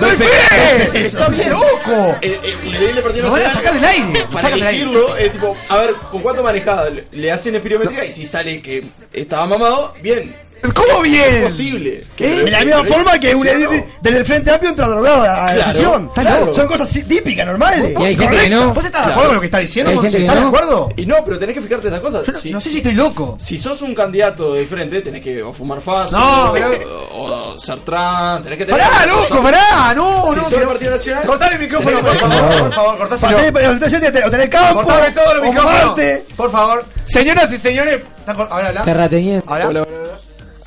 ¡Doy fe!
Está bien,
loco!
El, el- el edil de Partido
Lo van a
Nacional.
sacar del aire, lo
Para
sacan del aire.
elegirlo, eh, es tipo, a ver, ¿con cuánto manejaba? Le, le hacen espirometría y si sale que estaba mamado, bien.
¿Cómo bien?
Es posible.
¿Eh? De la misma forma que un edil desde el Frente Amplio entra drogado a la
Claro,
decisión.
está claro.
Son cosas sí- típicas, normales.
Y hay gente
Correctas.
que no.
¿Vos estás de
Claro.
acuerdo con lo que está diciendo?
Hay
¿Vos
gente que
¿Estás de
no.
acuerdo?
Y no, pero tenés que fijarte estas cosas. no sé si
estoy loco.
Si sos un candidato de frente, tenés que o fumar fácil,
No,
o,
pero-
o ser trans, tenés que tener.
Pará, loco, pará, no,
si
no,
sos
pero-
del Partido Nacional.
Cortale el micrófono, por favor, por favor, cortáselo.
Pasé
por el tener o tener campo,
Cortame todos los
o
micrófonos.
Marte.
Por favor. Señoras y señores. Está cor- Ahora habla.
Terrateniente.
Ahora.
Hola,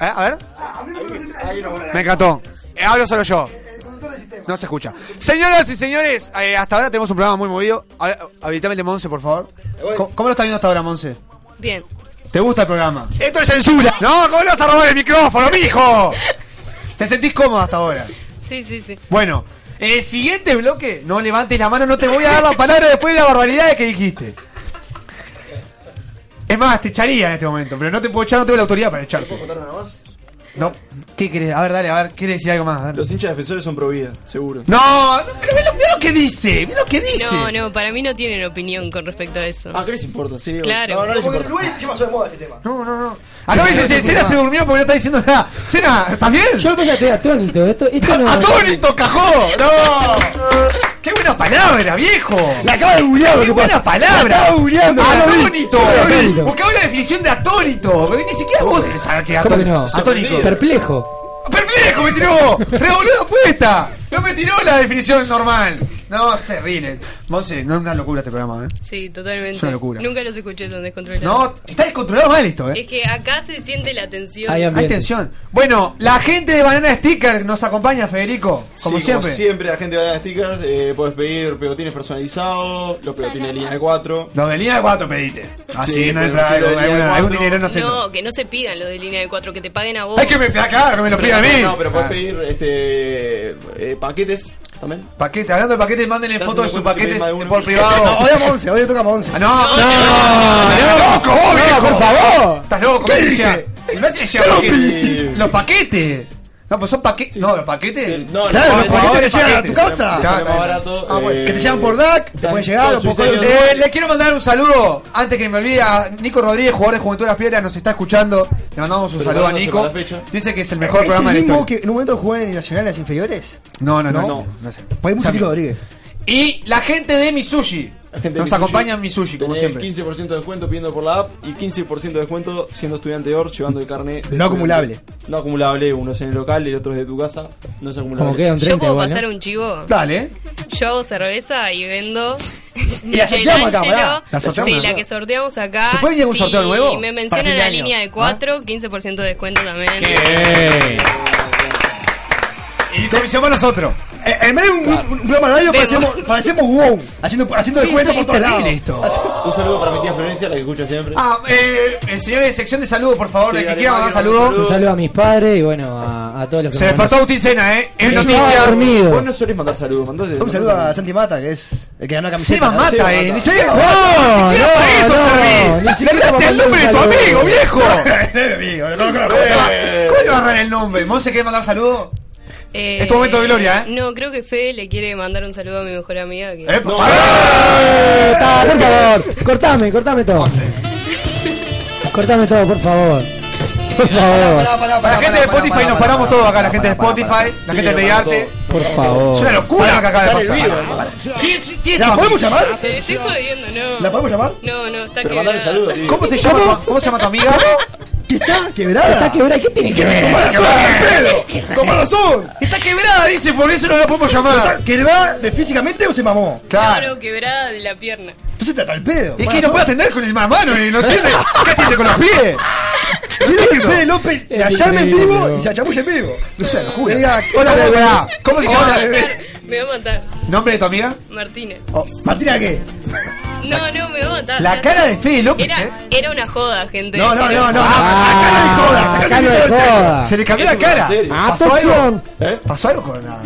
Eh, A ver. Me encantó. Eh, Hablo solo yo. No se escucha. Señoras y señores, eh, hasta ahora tenemos un programa muy movido. Ahora, Habilitame el de Monse, por favor. Co- ¿Cómo lo está viendo hasta ahora, Monse?
Bien.
¿Te gusta el programa? ¡Esto es censura! ¡No! ¿Cómo le vas a robar el micrófono, mijo? ¿Te sentís cómodo hasta ahora?
Sí, sí, sí.
Bueno, en el siguiente bloque, no levantes la mano, no te voy a dar la palabra después de la barbaridad que dijiste. Es más, te echaría en este momento, pero no te puedo echar, no tengo la autoridad para echarte. No, ¿qué querés? A ver, dale, a ver, ¿querés decir algo más? Dale.
Los hinchas defensores son pro vida, seguro.
No, no, pero ve lo, ve lo que dice, ve lo que dice.
No, no, para mí no tienen opinión con respecto a eso.
Ah, ¿qué les importa? Sí,
Claro.
No, no les
Como
importa.
¿Qué pasó de moda este tema?
No, no, no. Acá me dice, Cena se durmió porque no está diciendo nada. Cena, ¿estás bien?
Yo lo que pasa es que estoy atónito. Esto, esto no.
¡Atónito, cajó! ¡No! ¡Qué buena palabra, viejo!
La acaba de googlear, lo
¡Qué
que pasa.
buena palabra!
La acaba googleando, la vi.
¡Atónito!
La vi.
Buscaba la definición de atónito. porque Ni siquiera vos debes saber qué es
¿Cómo que
atónito.
no?
Atónico.
Perplejo.
¡Perplejo me tiró! ¡Revolvió la apuesta! ¡No me tiró la definición normal! No, es terrible. Monse, no es una locura este programa, ¿eh?
Sí, totalmente.
Es una locura.
Nunca los escuché tan
No,
descontrolados.
está descontrolado mal esto, ¿eh?
Es que acá se siente la tensión.
Hay tensión. Bueno, la gente de Banana Sticker nos acompaña, Federico. Como
Sí,
siempre.
como siempre, la gente de las stickers, eh, podés pedir pegotines personalizados, los pegotines de línea de 4.
Los de línea de 4 pediste. Así
Sí,
no
pero
entra
sí,
algo-
lo de línea de
alguna- algún
cuatro.
dinero, no sé.
No, que no se pidan los de línea de cuatro, que te paguen a vos.
Es que me claro, que me lo pida a mí.
No, pero podés
Ah.
pedir este, eh, paquetes también.
Paquetes, hablando de paquetes, mándenle
¿Estás
fotos de sus
haciendo cuentas
paquetes
si me
por
manda uno?
privado.
No, hoy a 11, hoy le toca a 11.
Ah, No, no,
no,
loco, vos,
no,
viejo.
por favor.
Estás loco,
¿Qué
me
dije?
decía. Y me decía,
Pero
paquetes.
pi-
Los paquetes. No, pues son paquetes. No, los paquetes.
no,
Claro,
los
los paquetes
paquetes
que llegan a tu
paquetes.
casa.
Está, está
Más
bien.
barato,
Ah, bueno.
eh, Que te llegan por DAC, te pueden llegar, o por correo.
Eh, le quiero mandar un saludo antes que me olvide a Nico Rodríguez, jugador de Juventud de las Piedras, nos está escuchando. Le mandamos un
Pero
saludo a
vámonos
Nico.
para la fecha.
Dice que es el mejor
¿Es
programa de
el
la
mismo
historia.
que en un momento jugó en Nacionales inferiores?
No, no, no,
¿No?
no, no sé.
Pues hay mucho
Sammy.
Nico Rodríguez.
Y la gente de Misushi
Gente
nos
de Misushi,
acompaña en Misushi, como
tenés
siempre.
15% de descuento pidiendo por la app y 15% de descuento siendo estudiante de OR, llevando el carnet. de estudiante.
No acumulable.
No acumulable, uno es en el local y el otro es de tu casa. No es acumulable.
Como queda un
Yo
30
puedo
igual, ¿no?
pasar un chivo.
Dale.
Yo hago cerveza y
[laughs]
vendo.
Y la sorteamos acá,
Michelangelo.
pará. La sorteamos
Sí,
acá.
la que sorteamos acá.
¿Se puede venir algún
Si
sorteo nuevo?
me
Para
mencionan
fin de
la
año. ¿Ah?
línea de 4, 15% de descuento también.
Eh. Y comisión para nosotros.
Eh, en vez de un, un- un programa de radio
Vemos.
parecemos, parecemos wow, haciendo, haciendo
Sí,
descuentos
sí,
por todos
terrible
lados.
esto.
Así-
Un saludo para mi tía Florencia, la que escucha siempre.
Ah, eh, eh, señores, sección de saludos, por favor,
Sí,
el que
dale,
quiera mandar
Mario,
saludos.
Un saludo a mis padres y bueno, a, a todos los que
Se
me
despertó
conocen.
Agustín Sena, eh. Es
Me
noticia.
estaba dormido.
Vos no solés mandar saludos, mandate.
Un saludo a Santi Mata, que es el que ganó la camiseta.
Seba
¿no?
mata, eh. Ni siquiera,
No,
no, ni siquiera
no,
para eso
no,
serví.
ni siquiera
Le erraste
para
el nombre de tu
mandar un
amigo,
saludo. [laughs]
[laughs] viejo.
No es mi amigo, no lo conozco.
Eh, ¿Cómo te va a errar el nombre? ¿Monse quiere mandar saludos?
Eh,
Es tu momento de gloria, ¿eh?
No, creo que Fede le quiere mandar un saludo a mi mejor amiga. Que...
¡Epa! Ah,
Eh, ta, por favor, cortame, cortame todo. Cortame todo, por favor. Por favor.
la gente de Spotify nos paramos todos acá, la gente de Spotify, la
Sí,
gente de
pará,
Mediarte.
Por favor.
Es una locura lo que acaba de
Dale el vivo,
pasar.
hermano.
¿La podemos llamar?
Te estoy jodiendo, no.
¿La podemos llamar?
No, no, está
Pero mandale
quebrada.
saludos, tío.
¿Cómo se llama? tu- ¿Cómo se llama tu amiga? Eh,
¿Que está quebrada?
Está quebrada, ¿qué tiene que ver?
Con razón.
Está quebrada, dice, por eso no la podemos llamar.
¿Está quebrada de físicamente o se mamó?
Claro, quebrada de la pierna.
Entonces está tal pedo.
Es que no puede atender con el más mano, ¿eh? ¿no entiende? ¿Qué atiende con los pies?
Quiere que Fede López la
Es
llame en
increíble,
vivo
bro.
y se chamulle en vivo.
No sé,
Le diga,
locura.
hola,
Hola,
bebé.
bebé. ¿Cómo se llama?
Hola,
la bebé?
Me va a matar.
¿Nombre de tu amiga? Eh,
Martínez.
Oh, Martina, ¿qué?
No, no, me va a matar.
La cara de Fede López,
Era,
¿eh?
era una joda, gente.
No, no, no, no.
Ah,
eh, acá no hay joda. sacá el
acá no hay
video en serio.
joda.
Se le cambió la
Eso fue en
cara. Ah.
serio.
¿Pasó algo?
Atención.
¿Eh?
¿Pasó algo con la.?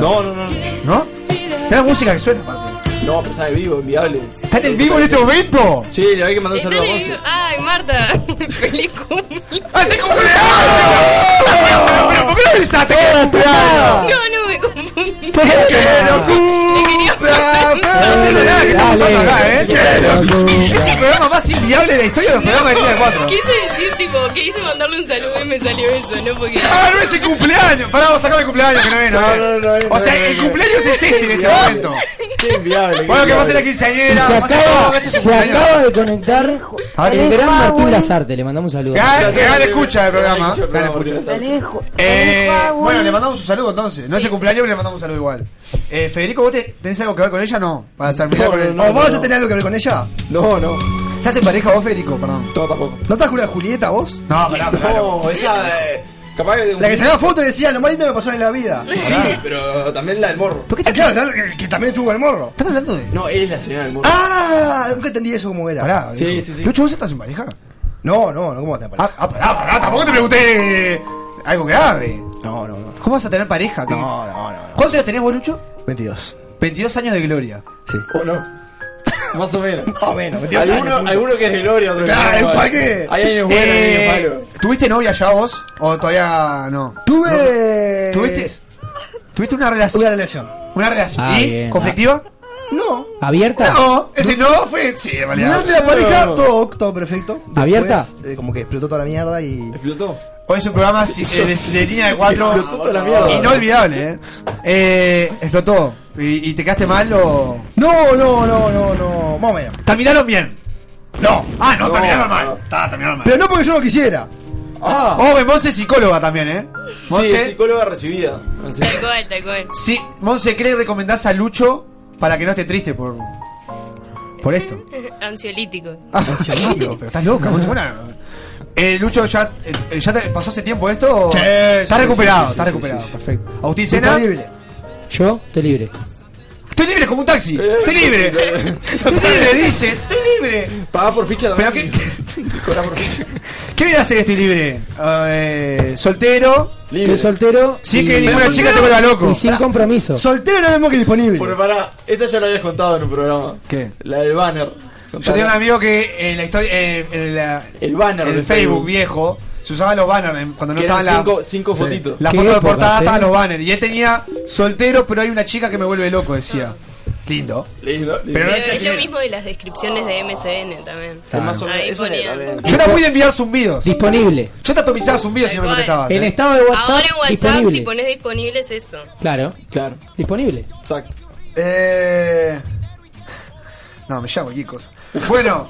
No, no, no. No,
¿No? Está la música que suena, aparte.
No, pero está de vivo, enviable.
¿Está en el vivo en este momento?
Sí, le hay que mandar un
Está
saludo a
en
Monse.
el- Ay, Marta, [laughs] feliz cumpleaños.
¡Hace cumpleaños! ¿Pero por qué no avisaste que era cumpleaños?
No, no, me confundí.
¡Qué locura! No entiendo nada que está pasando acá, ¿eh? Es el programa más inviable de la historia de los programas de Línea 4.
Quise decir, tipo, que hice mandarle un saludo y me me salió eso, no
[laughs]
porque.
¡Ah, no es el cumpleaños! Pará, vamos a sacar el cumpleaños que no viene.
No, no, no,
O sea,
no, no,
el
no.
cumpleaños es este en este
Sí,
momento.
Qué inviable.
Bueno, que va a ser la
Y
quinceañera.
se
va a ser todo,
acaba,
este es
se
el cumpleaños.
acaba de conectar el gran Martín Lazarte. Le mandamos un saludo.
Gana- Que gana escucha el programa.
Escucha el
Gana
programa,
escucha.
Martín Lazarte.
Eh,
Alejo, Agua.
bueno, le mandamos un saludo entonces. No es el cumpleaños, pero le mandamos un saludo igual. Eh, Federico, ¿vos te- tenés algo que ver con ella? No. Para terminar
No,
con
no,
él.
no,
¿O vos
no,
vas a
no.
tener algo que ver con ella?
No, no.
¿Estás en pareja vos, Federico? Perdón.
Todo poco.
¿No estás con una Julieta vos?
No, pará, pará, [laughs]
No, esa. eh, capaz que.
La que sacaba fotos y decía, lo más lindo que me pasó en la vida.
Sí, pero también la del morro.
¿Por qué te claro, claro, que, que también estuvo el morro? ¿Estás hablando de.?
No, eres la señora del morro.
¡Ah! Nunca entendí eso como era. Pará.
Sí,
digo.
sí, sí.
¿Lucho, vos estás en pareja? No, no, no, ¿cómo vas a tener pareja?
Ah, pará, pará, tampoco te pregunté algo grave.
No, no, no.
¿Cómo vas a tener pareja? ¿Qué?
No, no, no.
¿Cuántos años tenés vos, Lucho?
22.
22 años de gloria.
Sí.
¿O no? Más o menos. Más
o menos.
metió esa
Alguno,
que-
alguno que es de Gloria, otro que
Claro,
no.
¿para qué?
Hay años buenos y
Eh,
años malos.
¿Tuviste novia ya vos? ¿O todavía no?
Tuve.
¿Tuviste? ¿Tuviste una relación?
Una relación.
¿Una relación?
Ah,
¿Y?
bien.
¿Conflictiva?
No.
¿Abierta?
No, ese no fue. Sí, en realidad.
No de la pareja, todo, todo perfecto. Después,
¿Abierta?
eh, como que explotó toda la mierda y.
¿Explotó?
Hoy es un programa si- eh, de, de línea de cuatro.
Explotó toda la mierda.
Inolvidable, ¿eh? eh explotó. ¿Y, y te quedaste mal o.?
No, no, no, no, no. Más o menos.
¿Terminaron bien? No. Ah, no, terminaron mal. Está, terminaron mal.
Pero no porque yo lo quisiera.
Ah.
Oh, Monse es psicóloga también, ¿eh?
Sí,
Monse,
psicóloga recibida. Así.
Tal cual, tal cual.
sí, Monse, ¿qué le recomendás a Lucho para que no esté triste por. por esto?
[laughs] Ansiolítico.
Ah, pero estás loca, vos buena. Eh, Lucho, ¿ya, eh, ¿ya te pasó hace tiempo esto?
Sí,
Está
sí,
recuperado,
sí, sí,
está
sí,
recuperado,
sí, sí.
perfecto. Agustín Sena.
Estoy libre.
Yo te libre.
Estoy libre como un taxi.
[laughs]
Estoy libre. Estoy libre, dice. Estoy libre.
Pagá por ficha
Pero
también.
qué,
[laughs]
¿Qué viene a hacer estoy libre? Eh, soltero.
Estoy soltero.
Sí,
y-
que ninguna chica te vuelva loco.
Y sin compromiso.
Soltero no es lo mismo que disponible.
Porque pará, esta ya la habías contado en un programa.
¿Qué?
La del banner.
Yo tenía un amigo que en la historia. eh, en la-
El banner
en
de
Facebook,
Facebook.
viejo. Se usaban los banners en- cuando no
Que eran
estaban la-
cinco- cinco fotitos.
La
Qué
foto de
época,
portada
¿eh?
estaban los banners. Y él tenía soltero, pero hay una chica que me vuelve loco, decía. Lindo.
Lindo, lindo.
Pero no
Pero
sé
es
quién
lo
es.
mismo de las descripciones de MSN también.
Es más o
Ahí ponían.
Yo no voy a enviar zumbidos.
Disponible.
Yo te atomizaba zumbidos si no me contestabas.
En
¿eh?
estado de WhatsApp.
Ahora en WhatsApp,
disponible.
si pones disponible es eso.
Claro.
Claro.
Disponible.
Exacto.
Eh... No, me llamo cualquier cosa. Bueno,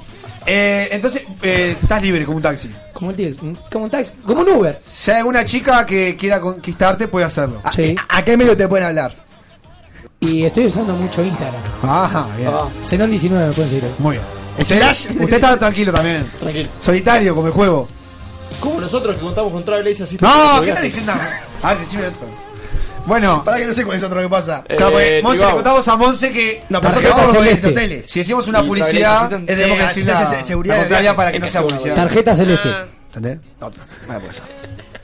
eh, entonces eh, estás libre como un taxi.
Como un taxi. Como un taxi. Como un Uber.
Si hay alguna chica que quiera conquistarte, puede hacerlo.
Sí.
¿A qué medio te pueden hablar?
Y estoy usando mucho Instagram.
Ajá, bien.
Zenon 19 me pueden seguir.
Muy bien. Usted, usted está tranquilo también.
Tranquilo.
Solitario como el juego.
¿Cómo nosotros que contamos con Travel Ace así?
No, ¿qué
te
estás diciendo? A ver, decime otro. Bueno,
Para que no sé cuál es otro que pasa.
claro, porque
Eh,
Monse, le
Tibau.
contamos a Monse que
No,
nosotros
pero
vamos
vamos
a
a
los
este.
hoteles. Si hacemos una
Y
publicidad,
Travel Ace
es de
necesitan- necesitan se- seguridad
seguridad. La
de
contraria
viaje.
para que no sea publicidad.
Tarjeta celeste.
Ah.
¿Entendés? No, vale, pues.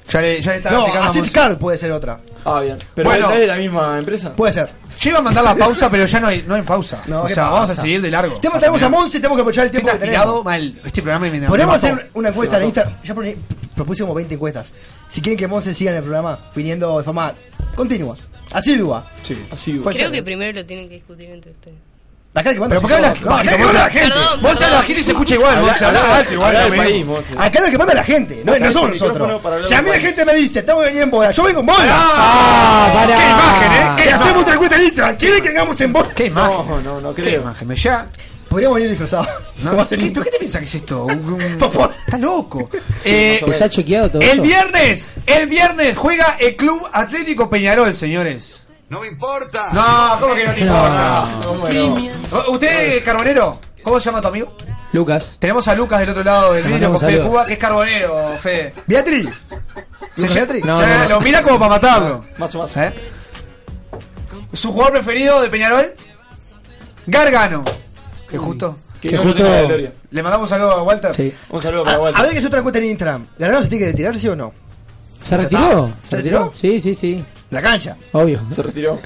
Ya le, ya le estaba
No,
explicando a
Acid
Monse.
Card puede ser otra.
Ah, bien. Pero
Bueno.
bueno, es de la misma empresa.
Puede ser.
Yo iba a mandar la pausa, pero ya no hay, no hay pausa.
No,
o
¿qué
sea, vamos a
pasa?
seguir de largo.
Tenemos, tenemos a Monse, tenemos que aprovechar el
Estoy
tiempo que
transpirado
tenemos.
mal. Este programa me
Podemos
me
hacer
mató.
una encuesta en
Me mató.
Instagram. Ya pone- propuse como 20 encuestas. Si quieren que Monse siga en el programa, viniendo de forma continua, asidua.
Sí.
Así, güey.
Puede
Creo
ser,
que
¿eh?
primero lo tienen que discutir entre ustedes.
Acá el que manda
Pero ¿por qué
soy yo.
hablas?
No, acá el que
¿Por qué
manda-
hablas gente?
Perdón,
Vos hablas
perdón.
gente y se escucha igual. Vos
Hablá-
hablá
hablá-
alto igual.
hablá del
también.
país, Monse.
Acá es lo que manda la gente, no,
Acá
no
es
somos
el micrófono para
nosotros.
hablar
Si a
del
mí la
país.
gente me dice, tengo que venir en bola, yo vengo en bola.
¡Ah!
pará.
¡Qué imagen, eh!
Que
¡Qué
hacemos
hacemos
otra encuesta en Instagram, ¿quieren que hagamos en bola?
¡Qué imagen!
No, no, no
¡Qué
creo.
imagen! Me ya.
Podríamos venir disfrazados.
No,
Vamos a
¿qué,
hacer-
¿Qué te piensas que es esto?
[laughs]
Un- un-
Papá.
¡Está loco! Eh,
más o menos.
¿Está chequeado todo
el
eso?
viernes, el viernes juega el Club Atlético Peñarol, señores.
No me importa.
No, ¿cómo que no te
No.
importa?
Bueno.
Eh, ¿Usted, Carbonero? ¿Cómo se llama tu amigo?
Lucas.
Tenemos a Lucas del otro lado del
Le
vidrio con
mandamos
Fede
saludos.
Cuba, que es Carbonero, Fede.
Beatriz.
¿Se llama Beatriz?
No, no,
Eh,
no.
Lo mira como para matarlo.
Más o más.
¿Eh? ¿Su jugador preferido de Peñarol? Gargano. Que justo.
Que
Que
no,
justo-
no tenga gloria.
Le mandamos un saludo a Walter.
Sí.
Un saludo
A,
para
a
Walter.
ver que es otra encuesta en Instagram. ¿Ganaron se tiene que retirar, sí o no?
¿Se retiró?
¿Se retiró?
Sí, sí, sí.
La cancha.
Obvio.
Se retiró.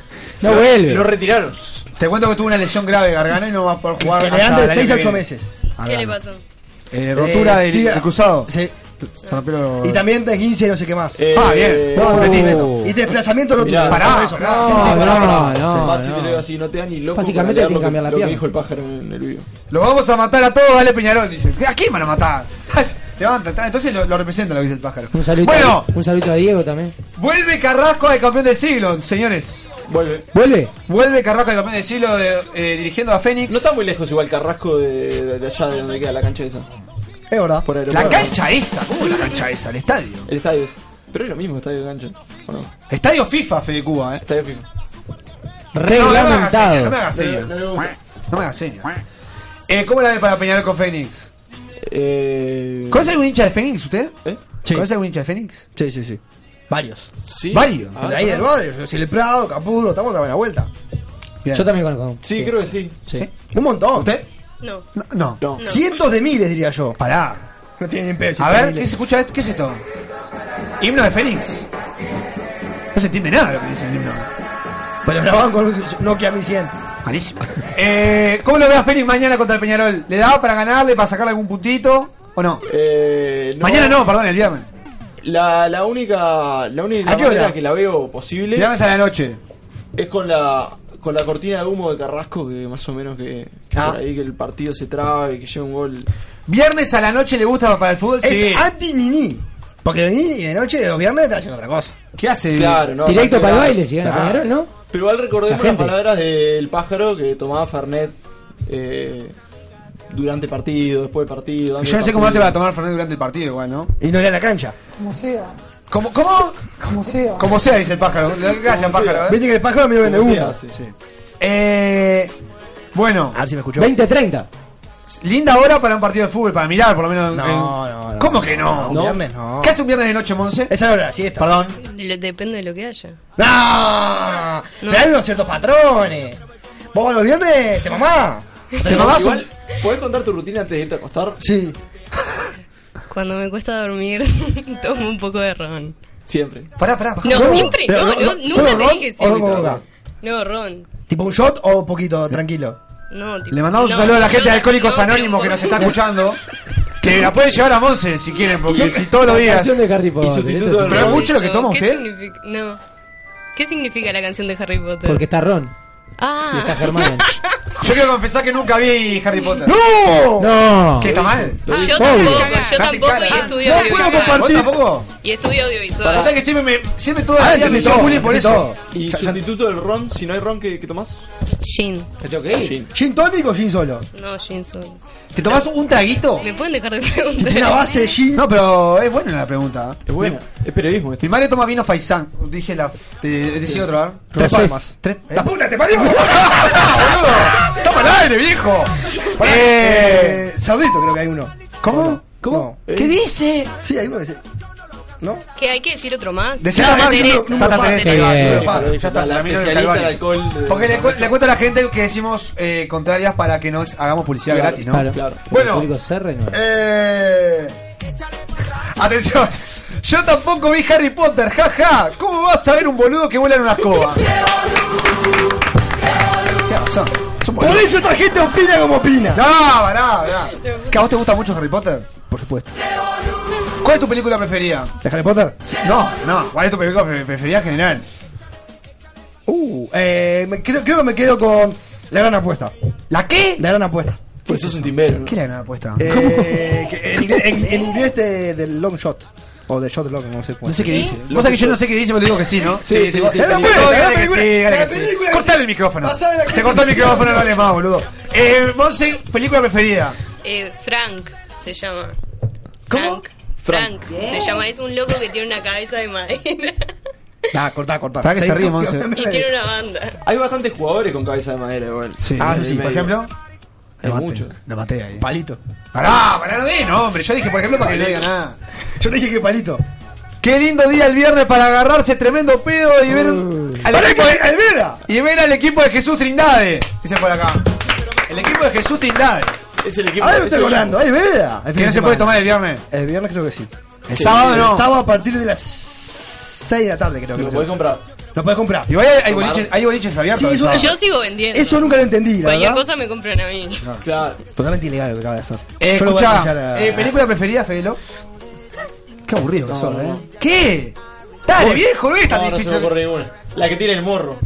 No
Lo-
vuelve.
Lo retiraron.
Te cuento que tuvo una lesión grave Gargano y no va a poder jugar.
Que le
hasta
dan de
el año
6 a
que
8
viene.
meses.
¿Qué le pasó?
Eh, rotura
Eh,
del,
tibia-
del cruzado.
Sí.
Se rompió lo-
Y también de 15 no sé qué más.
Eh,
Ah, bien.
No,
no,
respeto.
no.
Y desplazamiento no
Mirá.
tuvo.
Pará.
Eso, claro.
No,
Sí, sí,
no,
pará, eso.
no,
Maxi te
no.
lo digo así, no te da ni loco.
Básicamente
para leer
tiene que
lo
cambiar la
lo que
pierna.
dijo el pájaro en el video.
Lo vamos a matar a todos, dale Peñarol, dice. ¿A quién van a matar? Levanta, está- entonces lo, lo representa lo que dice el pájaro.
Un saludo,
Bueno.
un saludo a Diego también.
Vuelve Carrasco al campeón del siglo, señores. Vuelve.
¿Vuelve?
Vuelve Carrasco al campeón del siglo de- eh, dirigiendo a Fénix.
No está muy lejos igual Carrasco de, de allá de donde queda la cancha esa.
Es verdad.
Por
La
aeropuerto.
cancha esa, ¿cómo la cancha esa? El estadio.
El estadio es. Pero es lo mismo, estadio de cancha. ¿o no?
Estadio FIFA, Fede Cuba, eh.
Estadio FIFA.
Reglamentado. No me hagas señas,
No, no
no me
me
hagas señas.
gusta.
No me hagas señas. Eh, ¿Cómo la ve para Peñarol con Fénix?
Eh,
¿Conoce algún hincha de Fénix usted? ¿Conoce algún hincha de Fénix?
Sí, sí, sí.
Varios.
Sí.
Varios.
Ah,
de ahí del barrio. Si el Prado, Capuro, estamos dando la vuelta.
Yo también conozco.
Sí, creo que sí.
Un montón. ¿Usted?
No.
No, no. Cientos de miles, diría yo.
Pará.
No tiene ni peso.
A ver, ¿qué se escucha? esto? ¿Qué es esto? ¿Himno de Fénix? No se entiende nada lo que dice el himno.
Pero grababan con un Nokia Mi 100.
[laughs] Malísimo. Eh, ¿Cómo lo ve a Fénix mañana contra el Peñarol? ¿Le da para ganarle, para sacarle algún puntito? ¿O no?
Eh,
Mañana no, perdón, el viernes.
La, la única, la única
¿A qué hora?
manera que la veo posible.
Viernes a la noche.
Es con la con la cortina de humo de Carrasco que más o menos que, que
Ah.
por ahí que el partido se trabe, que lleve un gol.
¿Viernes a la noche le gusta para el fútbol?
Es
Sí.
anti-niní. Porque de niní y de noche, de los viernes, te haciendo otra cosa.
¿Qué hace?
Claro, no,
Directo
no,
para el
claro.
baile, si gana
Claro.
Peñarol, ¿no?
Pero igual recordemos
La
las
gente.
palabras del pájaro que tomaba Fernet eh, durante partido, después de partido. antes
Yo no
de
sé cómo hace
partido.
para tomar Fernández durante el partido, igual, ¿no?
Y no ir a la cancha.
Como sea.
¿Cómo? ¿Cómo?
Como sea.
Como sea, dice el pájaro. Gracias,
Como sea.
pájaro. ¿eh?
Viste que el pájaro medio vende
Como
humo.
sea, sí. Eh, bueno. A ver si me escuchó.
20-30.
Linda hora para un partido de fútbol, para mirar, por lo menos.
No,
en-
no, no.
¿Cómo que no?
Un viernes no.
¿Qué hace un viernes de noche, Monse?
Esa hora de la siesta.
Perdón.
Lo- Depende de lo que haya.
¡No! Pero hay unos ciertos patrones. Vos los viernes, te mamá.
Pero igual, ¿Podés contar tu rutina antes de irte a acostar?
Sí.
Cuando me cuesta dormir, [laughs] tomo un poco de ron.
Siempre.
Pará, pará. bajá.
No,
¿Cómo?
siempre,
Pero,
no,
¿no?
no,
¿solo
nunca te
ron
dije
o
siempre.
con coca?
No, ron.
¿Tipo un shot o poquito, tranquilo?
No, tipo,
Le mandamos
no,
un saludo a la gente
no,
de Alcohólicos
no,
Anónimos que
pero-
nos está escuchando. Que la pueden llevar a Monse si quieren, porque si todos los
La
días.
canción de Harry Potter,
Y
esto
sustituto del
es
ron. ¿Pero es mucho lo que
Eso,
toma
¿qué
usted?
significa- No. ¿Qué significa la canción de Harry Potter?
Porque está Ron.
Ah.
Y está Germán.
Yo quiero confesar que nunca vi Harry Potter.
¡No!
No.
¿Qué está mal?
Ah, yo tampoco, yo tampoco y estudio
No puedo
audiovisual.
compartir. tampoco?
Y estudio audiovisual.
Para-
O sea que siempre me. Siempre
Ah,
Ah, todo el día me hicieron bullying por eso.
¿Y sustituto del ron? Si no hay ron, ¿qué, qué tomás?
Gin.
Gin.
¿Gin tónico o gin solo?
No, gin solo.
¿Te tomás un traguito?
¿Me pueden dejar de preguntar?
Una base de gin.
No, pero es buena la pregunta.
Es bueno. Es periodismo esto.
Mi madre toma vino Faisán. Dije la. Te decí otra, ¿verdad?
Tres palmas.
palmas. ¿eh? Tres. ¡La puta te parió! [laughs] ¡Toma el aire, viejo!
Eh, Sabrito creo que hay uno. ¿Cómo? ¿Cómo?
¿Qué dice?
Sí, hay uno que dice. ¿No?
¿Que hay que decir otro más?
Decí la
Santa
marca,
Teresa.
número- número
Santa
par,
Teresa.
ahí va,
Eh,
número par.
pero
Ya está,
la
se la miro en el
especialista
Calvario.
del alcohol de-
Porque le, cu- le cuento a la gente que decimos eh, contrarias para que nos hagamos publicidad
Claro,
gratis, ¿no?
Claro, claro.
Bueno,
Público Serre, no.
Eh... Atención. Yo tampoco vi Harry Potter, jaja. ¿Cómo vas a ver un boludo que vuela en una escoba? Tiene razón. Es un
Por
boludo.
eso esta gente este opina como opina.
No, pará, pará. ¿Que a vos te gusta mucho Harry Potter? Por supuesto. ¿Cuál es tu película preferida?
¿De Harry Potter?
No, no. ¿Cuál es tu película pre- preferida en general?
Uh, eh, me- creo, creo que me quedo con la gran apuesta.
¿La qué?
La gran apuesta.
Pues sos un timbero, ¿no?
¿Qué le la apuesta?
Eh, que en, inglés- en- en inglés de- del long shot. O de shot long, no sé cuál.
No sé qué dice. Vos sabés que yo no sé qué dice, pero digo que sí, ¿no?
Sí, sí, sí,
vos-
sí,
Dale
la
un
película,
poco,
la
dale que
película,
sí, dale
la
que sí.
película.
Cortale el micrófono.
Pasame la
Te
cosa.
cortó el micrófono, no hables más, boludo. Eh, Monse, película preferida.
Eh, Frank se llama.
¿Cómo?
Frank. Frank se llama. Es un loco que tiene una cabeza de
[laughs]
madera.
Ah, cortá, cortá.
Para que se
Seguí.
ríe, Monse.
y tiene una banda.
Hay bastantes jugadores con cabeza de madera igual.
Sí. Ah, sí, sí, por ejemplo.
Hay
Lo maté,
mucho.
Lo maté ahí.
Palito.
Pará, pará, no di nombre. Yo dije, por ejemplo, para que no diga nada.
Yo le dije que palito.
Qué lindo día el viernes para agarrarse tremendo pedo y ver, al, equipo de- y ver al equipo de Jesús Trindade. Dice por acá. El equipo de Jesús Trindade.
Es el equipo.
A ver,
es
lo estoy
el-
colando. Ay, veda. El fin
Que
de
no se
semana.
puede tomar el viernes.
El viernes creo que sí.
El sábado no.
El sábado a partir de las 6 de la tarde creo que
Lo podés comprar.
Lo podés comprar.
Igual hay, hay boliches, hay boliches abiertos.
Sí,
el
eso-
sábado.
Yo sigo vendiendo.
Eso nunca lo entendí, la
Cualquier
verdad.
cosa me compran a mí.
Claro.
Totalmente ilegal lo que acaba de hacer.
Eh,
Yo lo voy a
escuchá,
denunciar a-
eh, ¿película preferida, Fedelo?
Qué aburrido que son,
no.
eh.
¿Qué? Dale,
Vos-
viejo, no es tan
No, no se
difícil.
[laughs]
me ocurre ninguna. La que tiene el morro.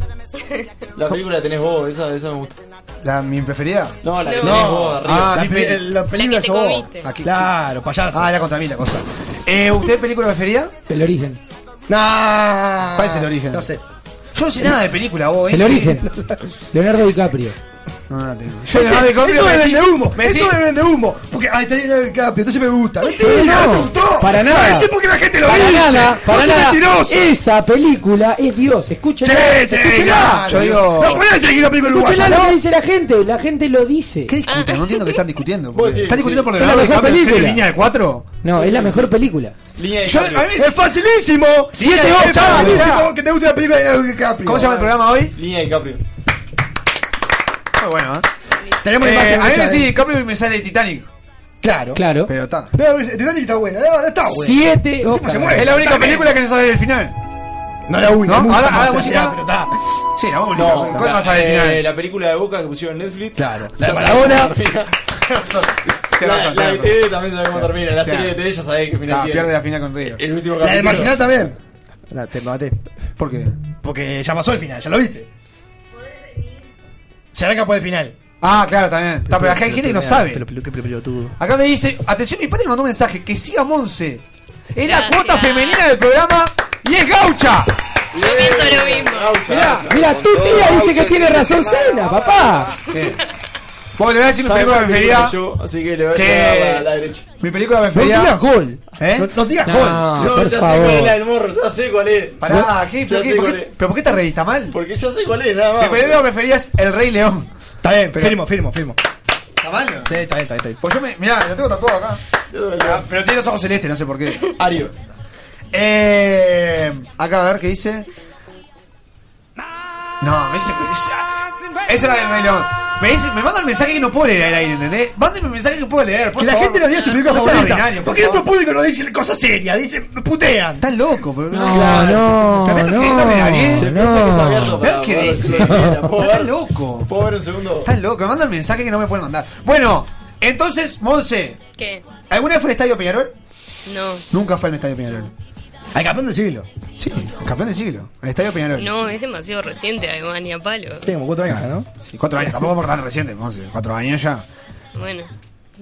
La película la tenés vos, esa, esa me gusta.
¿La, ¿Mi preferida?
No, la que tenés vos arriba.
Ah, la,
peli-
pe- la película
que te
sos vos.
comiste.
Ah, Claro, payaso. Ah, era contra mí la cosa. Eh, ¿Usted película preferida?
El origen.
Nah. ¿Cuál es el origen? No sé. Yo no sé nada de película, vos. ¿eh?
El
[laughs]
origen. Leonardo DiCaprio.
Yo
Ese-
no me copio,
eso me
me
vende
decís-
humo,
me
eso
decís-
me vende humo. Porque ahí está el cambio, entonces me gusta. Mentira,
No,
no, te gustó.
Para nada.
Parece porque la gente lo
para
dice.
Nada, para
Vos sos
nada.
mentiroso.
Esa película es Dios. Escúchenla.
Sí, sí,
escúchenla.
claro, Yo Dios. digo- No podés decir que una película
Escúchenla
uruguaya,
lo que
¿no?
dice la gente. La gente lo dice.
¿Qué discuten? No entiendo qué están discutiendo.
Vos
porque-
decís,
¿Están discutiendo
sí.
por
Es la
Leonardo
mejor
DiCaprio en serio,
película.
línea de cuatro?
No, es la mejor película.
Línea
Yo- a mí me-
Es facilísimo.
Siete,
Es
ocho,
facilísimo
mirá.
que te guste la película de Leonardo DiCaprio.
¿Cómo se llama el programa hoy?
Línea de Caprio.
Muy bueno, ¿eh?
Tenemos
Eh,
imagen
A mí
hecha,
me
¿eh?
sí, Caprio me sale Titanic.
Claro. Claro.
Pero está.
No, el Titanic está buena, no, no está buena.
Siete,
El tipo
ojo.
se muere.
Es la única
Está bien.
película que se sabe del final.
No la única.
¿No?
muchas
Ahora-
más
ahora
en
música-
realidad,
pero está. Sí, la única.
No,
¿Cuál
la,
más sale del
eh,
final?
la película de Boca que pusieron en Netflix.
Claro.
Ya
La
sabés cómo
Maradona.
termina.
Tenés razón,
La la de
tenés razón.
TV también sabe cómo termina. La
Claro.
serie de TV ya sabés que final
Ah,
tiene.
pierde la final con Río.
Eh,
El último
La del
capítulo.
marginal
también.
La- te maté. ¿Por qué?
Porque ya pasó el final, ya lo viste. Se arranca por el final.
Ah, claro, también. Está, pero acá hay gente que no sabe.
Pero, pero, pero, pero, pelotudo.
Acá me dice, atención, mi padre mandó un mensaje, que siga Monse. Es la
Gracias.
cuota femenina del programa y es gaucha.
[laughs] Yo pienso lo mismo.
Mirá, mirá, tu tía dice que tiene razón Cena, papá.
Bueno, le voy a decir mi
Sabe
película
cuál
preferida.
película yo, así que le voy a
Que-
dar a la derecha.
Mi película
No
preferida.
digas
gol.
¿Eh?
No- no digas
Ah,
No, ya sé cuál es la del morro, ya sé cuál es.
Pará, ¿qué?
Ya
¿Pero,
sé
qué, por
cuál
qué-
es.
¿Pero por qué te revista mal?
Porque ya sé cuál es, nada más.
Mi película preferida es El Rey León.
Está bien, firmo, firmo, firmo.
¿Está mal? Sí,
está bien, está bien.
Pues yo me. Mirá, lo tengo tatuado acá. Ah, Pero tiene los ojos celestes, no sé por qué. Ario. Eh, acá, a ver qué dice. No, me dice. Esa es la del Rey León. Me, dice, me manda un mensaje que no puedo leer al aire, ¿entendés? Mándeme un mensaje que puedo leer. Por
Que la
favor.
gente nos diga su película
No sea
favorita.
ordinario,
Porque
por
nuestro
favor.
público no dice cosas serias, dice putean.
Estás loco, pero
no.
no,
Tremendo gente ordinaria.
Se piensa que es abierto
¿Sabes
para
qué
poder
dice?
decir, mira, ¿puedo
Estás
ver?
loco.
¿Puedo ver un segundo?
Estás loco, me manda el mensaje que no me pueden mandar. Bueno, entonces, Monse,
¿Qué?
¿alguna vez fue al Estadio Peñarol?
No.
Nunca fue al Estadio Peñarol. Al campeón del siglo. Sí, al campeón del siglo. Al Estadio Peñarol.
No, es demasiado reciente, además, ni a palo.
Tengo cuatro años, ¿no?
Sí, cuatro años, tampoco por tan reciente, Monse. Cuatro años ya.
Bueno.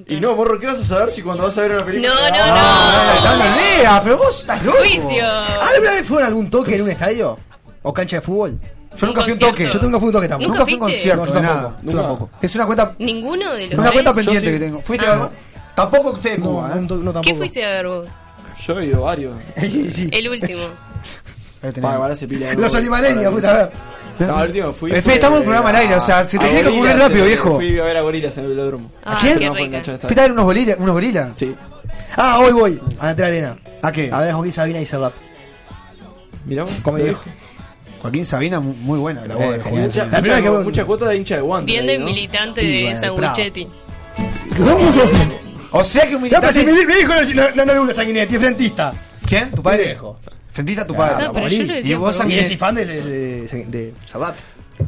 Y no, morro, ¿qué vas a saber si cuando vas a ver una película?
No, no,
Ah,
no.
está la idea, pero vos estás loco.
Juicio.
¿Alguna vez fueron a algún toque en un estadio? ¿O cancha de fútbol?
Yo nunca fui a un toque.
Yo nunca fui a un toque tampoco.
¿Nunca
fui a un
fuiste?
concierto,
No, yo
de
tampoco,
nada.
yo tampoco.
Es una cuenta,
Ninguno de los
una cuenta
tres?
pendiente
sí.
que tengo. Fuiste
Ah.
a algo? Tampoco fui a Cuba, ¿eh?
¿Qué fuiste a ver vos?
Yo he ido varios.
El último.
Pa, ahora se pila de
Los
gol.
alimareños,
Ahora
puta, a ver.
No, el último fui.
Efe,
fui
estamos en
a-
programa al aire, o sea, se te
a
tiene que
Gorilas,
ocurrir rápido,
eh,
viejo.
Fui a ver a gorilas en el velódromo.
¿A quién?
No, fue
Ah, Qué
en cancha de estadio.
¿Fuiste a ver unos gorilas? ¿Unos gorilas?
Sí.
Ah, hoy voy. A entrar arena.
¿A qué?
A ver a Joaquín Sabina y Serrat.
Mirá,
Come
lo
viejo.
Joaquín Sabina, mu- muy buena la voz de
Eh,
Joaquín
mucha,
Sabina.
mucha, mucha, cuota de hincha de guante.
Bien
ahí,
de
¿no?
militante
Y
de
bueno,
Sanguchetti.
O sea que un
No, pero
militante.
si mi, mi hijo no, no, no le gusta sanguinetti, es frentista.
¿Quién? ¿Tu padre?
viejo.
Frentista tu
Claro,
padre.
lo morí.
Ah, y vos,
y
Sanguinetti.
es fan de, de, de, de Serrat.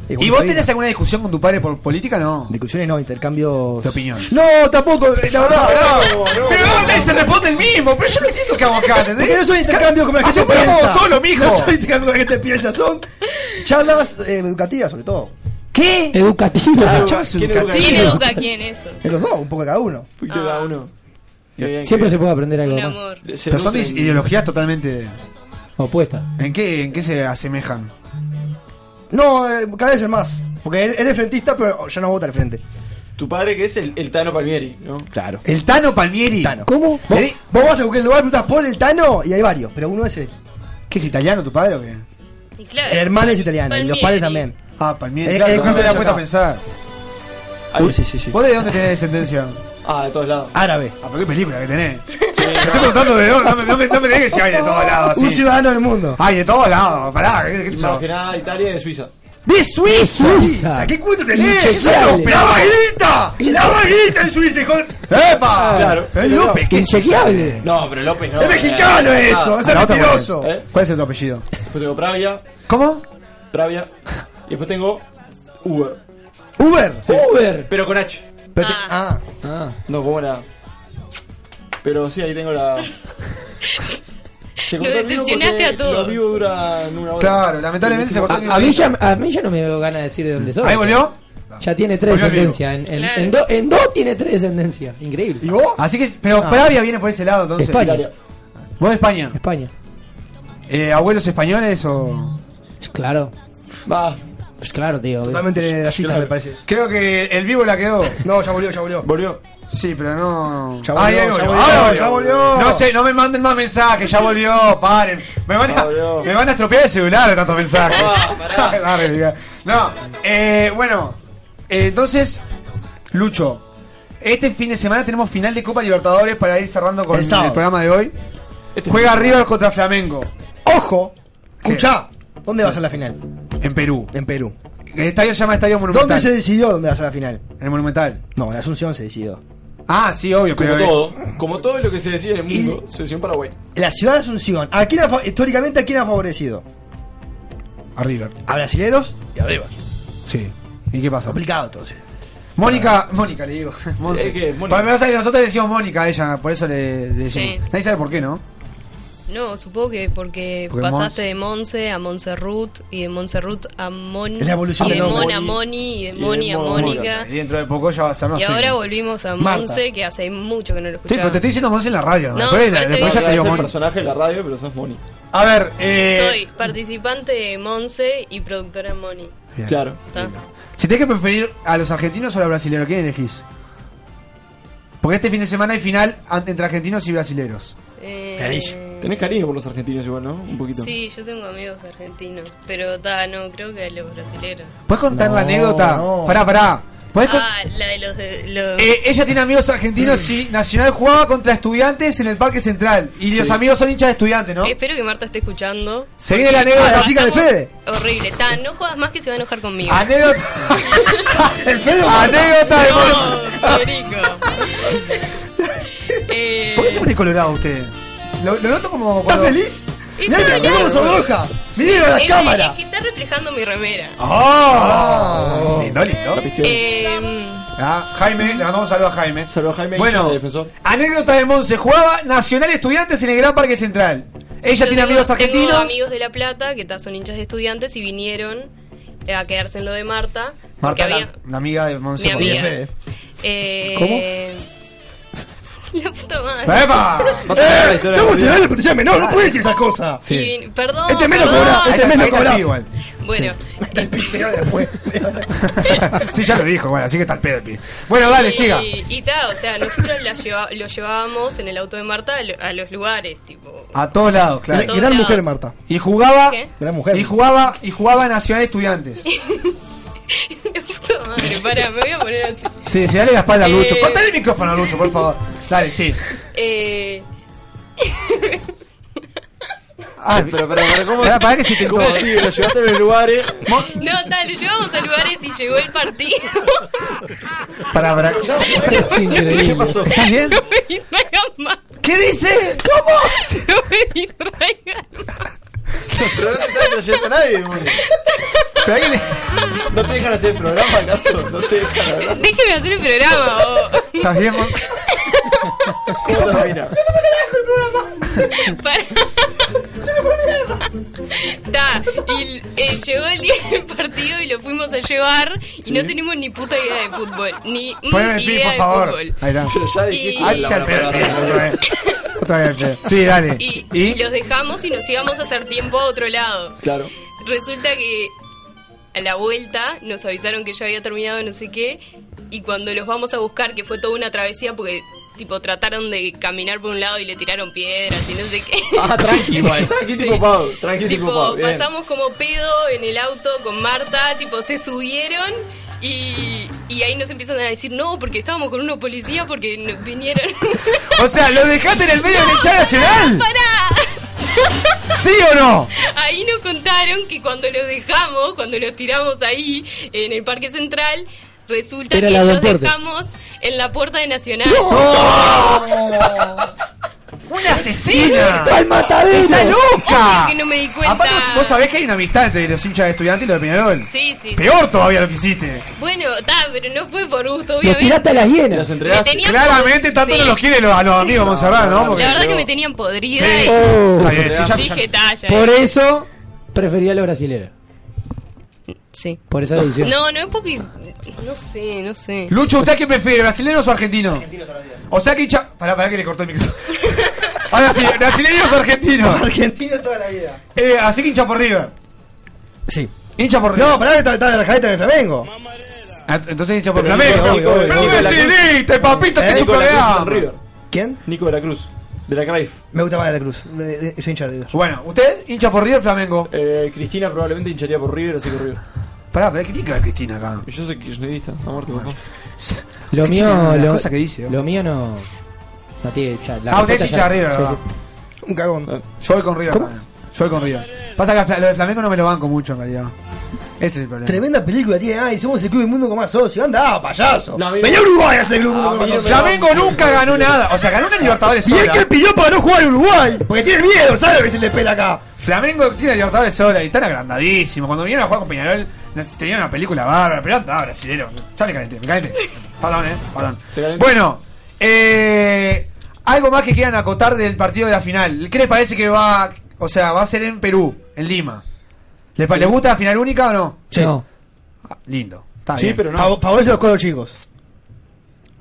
¿Y vos tenés alguna discusión con tu padre por política? No.
Discusiones no, intercambios...
De opinión.
No, tampoco, eh, la verdad.
No, no, pero dónde se responde el mismo, pero yo no entiendo qué hago acá, ¿entendés?
Porque no soy intercambio como la gente
Hacemos
piensa.
vos solo, mijo.
No soy intercambio como la gente piensa. Son charlas eh, educativas, sobre todo.
¿Qué?
Educativa.
charlas
¿quién
educativas.
¿Quién educa a quién eso?
En Eh, los dos, un poco cada uno.
Fuiste a uno.
Ah.
Qué bien,
Siempre
qué
se
bien.
puede aprender algo
Un
más.
amor.
Se
Pero son
nutren.
ideologías totalmente.
Opuesta.
¿En qué, ¿En qué se asemejan?
No, eh, cada vez es más. Porque él, él es frentista, pero ya no vota al frente.
Tu padre que es el, el Tano Palmieri, ¿no?
Claro.
El Tano Palmieri.
¿Cómo?
Vos,
¿Eh?
vos vas a buscar el lugar, preguntas por el Tano y hay varios, pero uno es el,
¿Qué es italiano tu padre o qué?
Y claro. Pues
el hermano es italiano y los
Palmieri.
padres también.
Ah, Palmieri.
El-
claro,
el
no
culto de
me
la
había puesto a
cuenta.
pensar.
Ahí, sí, sí, sí.
¿Vos de dónde tenés descendencia?
Ah, de todos lados.
Árabe.
Ah, pero qué película que tenés. Me estoy preguntando de dónde. No me, no me, no me tenés que decir, ay, de todos
[laughs]
lados.
Un
Sí.
ciudadano del mundo.
Ay, de todos lados. Pará, ¿qué, qué te
Más
sos?
que nada Italia y de Suiza.
¡De Suiza!
Suiza.
¿Qué cuento tenés?
Inchequeable.
¡La vaguita! ¡La vaguita en Suiza! hijo de- ¡Epa!
Claro.
¡Es López! ¿qué es eso?
Inchequeable.
No, pero López no.
¡Es mexicano eso! ¡Es
Ah, la otra
mentiroso!
¿Eh?
¿Cuál es tu apellido?
Después tengo Pravia,
¿Cómo?
Pravia. Y después tengo Uber.
¿Uber?
Sí.
Uber.
Pero con H.
Pero te- Ah.
Ah.
No, como la. Pero sí, ahí tengo
[laughs]
la. Se
Lo
cortó el vivo
decepcionaste
porque
a todos.
Los vivos duran una hora.
Claro, lamentablemente se cortó el
A, a mí ya, a mí ya no me dio ganas de decir de dónde soy.
Ah, ¿Ahí volvió?
Ya tiene tres
Volvió el
sentencias. En, en, en do- en dos tiene tres sentencias. Increíble. ¿Y
vos? Así que, pero
Ah.
Pravia viene por ese lado, entonces.
España.
¿Vos de España?
España.
Eh, ¿Abuelos españoles o...?
Claro.
Va.
Pues claro, tío.
Totalmente racista,
Claro.
me parece. Creo que el vivo la quedó. No, ya volvió, ya volvió. ¿Volvió? Sí, pero no...
Ya volvió,
Ay, ahí
ya
volvió,
volvió,
ahora
ya volvió.
No sé, no me manden más mensajes, ya volvió, paren. Me van a, me van a estropear el celular de tantos mensajes.
Ah,
[laughs] Dale, diga. no, eh, bueno, eh, entonces, Lucho, este fin de semana tenemos final de Copa Libertadores para ir cerrando con
El
el,
sábado.
programa de hoy.
Este
Juega River contra Flamengo. ¡Ojo!
Escuchá, ¿dónde va a ser la final?
En Perú.
En Perú.
El estadio se llama Estadio Monumental.
¿Dónde se decidió dónde va a ser la final?
El Monumental.
No, en Asunción se decidió.
Ah, sí, obvio,
Como
pero-
todo, como todo lo que se decide en el mundo, se decidió en Paraguay.
La ciudad de Asunción. ¿A quién ha fa- históricamente a quién ha favorecido?
A River.
A brasileros y a River.
Sí. ¿Y qué pasó?
Complicado entonces.
Mónica, Mónica le digo. Monse.
Eh, ¿qué? [laughs] Mónica.
Para mí pasa que nosotros le decimos Mónica a ella, por eso le, le decimos.
Sí.
Nadie sabe por qué, ¿no?
No, supongo que porque,
Porque
pasaste de Monse a Montserrat y de Montserrat a Moni.
Es la evolución
y de
del nombre.
Mon a Moni y de Moni a Mónica.
Y dentro de poco ya va a ser, no
Ah. Y
sé.
ahora volvimos a
Marta.
Monse, que hace mucho que no lo
Sí, pero
escuchamos.
te estoy diciendo Monse en la radio.
No,
después
me parece
después ya
bien.
te digo
Es el
Moni.
personaje de la radio, pero sos Moni.
A ver, eh.
Soy participante de Monse y productora Moni.
Bien.
Claro.
¿Está?
Si tenés que preferir a los argentinos o a los brasileños, ¿quién elegís? Porque este fin de semana hay final ante- entre argentinos y brasileños.
Eh,
Tenés cariño por los argentinos igual, ¿no? Un poquito.
Sí, yo tengo amigos argentinos, pero ta, no, creo que a los brasileros.
¿Puedes contar la
No,
anécdota?
no.
Pará, pará. ¿Podés con-
Ah, la de los... De, los...
Eh, ella tiene amigos argentinos y Nacional jugaba contra estudiantes en el Parque Central. Y los amigos son hinchas de estudiantes, ¿no?
Espero que Marta esté escuchando.
Se viene la anécdota.
Ah,
chica de Fede.
Horrible. Ta, no juegas más que se va a enojar conmigo.
Anécdota.
Ah,
Anécdota de Monse. [laughs]
Eh,
¿Por qué se pone colorado usted? Lo, lo noto como. ¿Estás feliz?
Mirá, Está mirá cómo se
roja.
colorado.
roja! ¡Miren a
Es-
la
Es
cámara!
que está reflejando mi remera.
¡Oh! Lindo, lindo.
Eh,
Ah, Jaime, le mandamos un saludo a Jaime.
Saludos a Jaime, hincha
Bueno,
de defensor.
anécdota de Monse. Jugaba Nacional Estudiantes en el Gran Parque Central. Ella
Yo
tiene
tengo-
amigos
Tengo
argentinos.
amigos de La Plata que ta, son hinchas de estudiantes y vinieron eh, a quedarse en lo de Marta. porque
Marta, la,
había-
la amiga de Monse.
Mi
por
amiga.
Fede.
Eh, [laughs] La puta madre.
¡Epa!
[laughs]
¡Eh! ¡Estamos en el protección menor! ¡No puedes decir esas cosas!
Y- perdón.
Este menos
perdón.
cobra, este menos cobra.
[laughs] Bueno,
[laughs] Sí, ya lo dijo, bueno, así que está el pedo el pibe. Bueno, dale,
y,
Ah, siga.
Y ta, o sea, nosotros la lleva- lo llevábamos en el auto de Marta a, lo- a los lugares, tipo.
A todos lados,
A
claro.
todos Gran lados. mujer,
Marta. Y jugaba.
¿Qué?
Gran mujer. Y jugaba, y jugaba Nacional Estudiantes.
Puta madre, pará, me voy a poner así.
Sí, sí, dale la espalda a
Eh.
Lucho. Cortale el micrófono a Lucho, por favor. Dale, sí.
Eh,
Ah, pero, pero, [laughs] ¿cómo? Para, que se te
¿Cómo
todo.
sigue? Lo llevaste a los lugares.
no, tal, lo llevamos a lugares y llegó el partido. [laughs]
Para, [laughs] para.
increíble. ¿Qué pasó?
¿Estás bien? ¿Qué dice? ¿Cómo?
No me distraigan.
Pero no te estás trayendo a nadie, Moni. No te dejan hacer el programa, ¿acaso? No te dejan hablar.
Déjeme hacer el programa. vos.
¿Estás bien, Mon?
¿Cómo termina?
Pará. Ta, y eh, llegó el día del partido y lo fuimos a llevar y no tenemos ni puta idea de fútbol. Ni mm,
Poneme el pi,
idea
por
de
favor.
fútbol.
Ahí está.
Pero ya dijiste
Ay,
la
ya eh. el pedo el pibe, otra vez. Otra vez el pedo. Sí, dale.
Y, y los dejamos y nos íbamos a hacer tiempo a otro lado.
Claro.
Resulta que a la vuelta nos avisaron que ya había terminado no sé qué y cuando los vamos a buscar, que fue toda una travesía porque tipo trataron de caminar por un lado y le tiraron piedras y no sé qué.
Ah, tranqui,
[laughs]
igual. Tranqui, tipo Pau. Tranqui, tipo,
Tipo,
Pau. Bien.
pasamos como pedo en el auto con Marta, tipo, se subieron y, y ahí nos empiezan a decir no, porque estábamos con unos policías porque nos vinieron. [laughs]
O sea, lo dejaste en el medio del hincha nacional. ¿Sí o no?
Ahí nos contaron que cuando los dejamos, cuando los tiramos ahí en el Parque Central, resulta
Era
que
la del
los
porte.
dejamos en la puerta de Nacional.
¡Una asesina!
¡Directo al matadero!
¡Oh! ¡Está loca!
Obvio que no me di cuenta.
Aparte, vos sabés que hay una amistad entre los hinchas de estudiantes y los de Peñarol.
Sí, sí.
Peor todavía lo que hiciste.
Bueno, ta, pero no fue por gusto,
Los
obviamente.
hienas. Los
Oh.
entregaste. Me tenían
Claramente, tanto
sí.
no los quiere lo- a los amigos Monserrat, ¿no? Porque-
La verdad que me tenían podrida
Sí.
y
Oh. Está bien, sí, ya-
dije talla.
Por eso prefería a los brasileños.
Sí.
Por esa decisión.
No, no es porque. No sé, no sé.
Lucho, ¿usted qué prefiere, brasileños o argentinos? Argentino o sea que hincha. Pará, pará que le cortó el micrófono. [laughs] Ahora sí, brasileños
[laughs]
o
[laughs]
argentinos.
Argentino toda la vida.
Eh, así que hincha por River.
Sí.
Hincha por River.
No, pará que está, está de rajadita en el Flamengo.
Ah, Entonces hincha por Flamengo. Pero decidiste, papito,
Eh,
que es un programa.
¿Quién?
Nico de la Cruz. De la Cruyff.
Me gusta más de la Cruz. de- de- Soy hincha de River.
Bueno, ¿usted hincha por River o Flamengo?
Eh, Cristina probablemente hincharía por River, así que River.
Pará, pará, ¿qué tiene que ver Cristina acá?
Yo soy kirchnerista, a muerte, papá.
Lo
¿Qué
mío.
tiene la
Lo,
cosa que dice,
lo mío no. No tiene. Ya, la
ah, usted es
respuesta
hincha
ya-
de River,
sí,
¿verdad?
sí.
Un cagón.
Yo voy con River. hermano. Yo voy con River. Pasa que a Fla- lo de Flamengo no me lo banco mucho en realidad. Ese es el problema.
Tremenda película tiene. Ay, somos el club del mundo con más socios. Anda, payaso.
No, a mí
Vení a
no.
Uruguay a ser el club del
A
mundo con
mí
más
no me
socios.
Flamengo nunca ganó nada. O sea, ganó una Libertadores
Y
sola.
es que pidió para no jugar en Uruguay. Porque tiene miedo, ¿sabe que se le pela acá?
Flamengo tiene Libertadores sola y están agrandadísimos. Cuando vinieron a jugar con Peñarol, nos- tenían una película bárbara, pero andaba brasilero. Ya me calenté, me calenté. Perdón, eh,
[laughs]
perdón. Bueno, eh, algo más que quieran acotar del partido de la final. ¿Qué les parece que va, o sea, va a ser en Perú, en Lima? ¿Les, pa-
Sí.
les gusta la final única o no? Ah,
No.
Lindo. Está
Sí,
bien.
pero no. favorece a los cuadros chicos.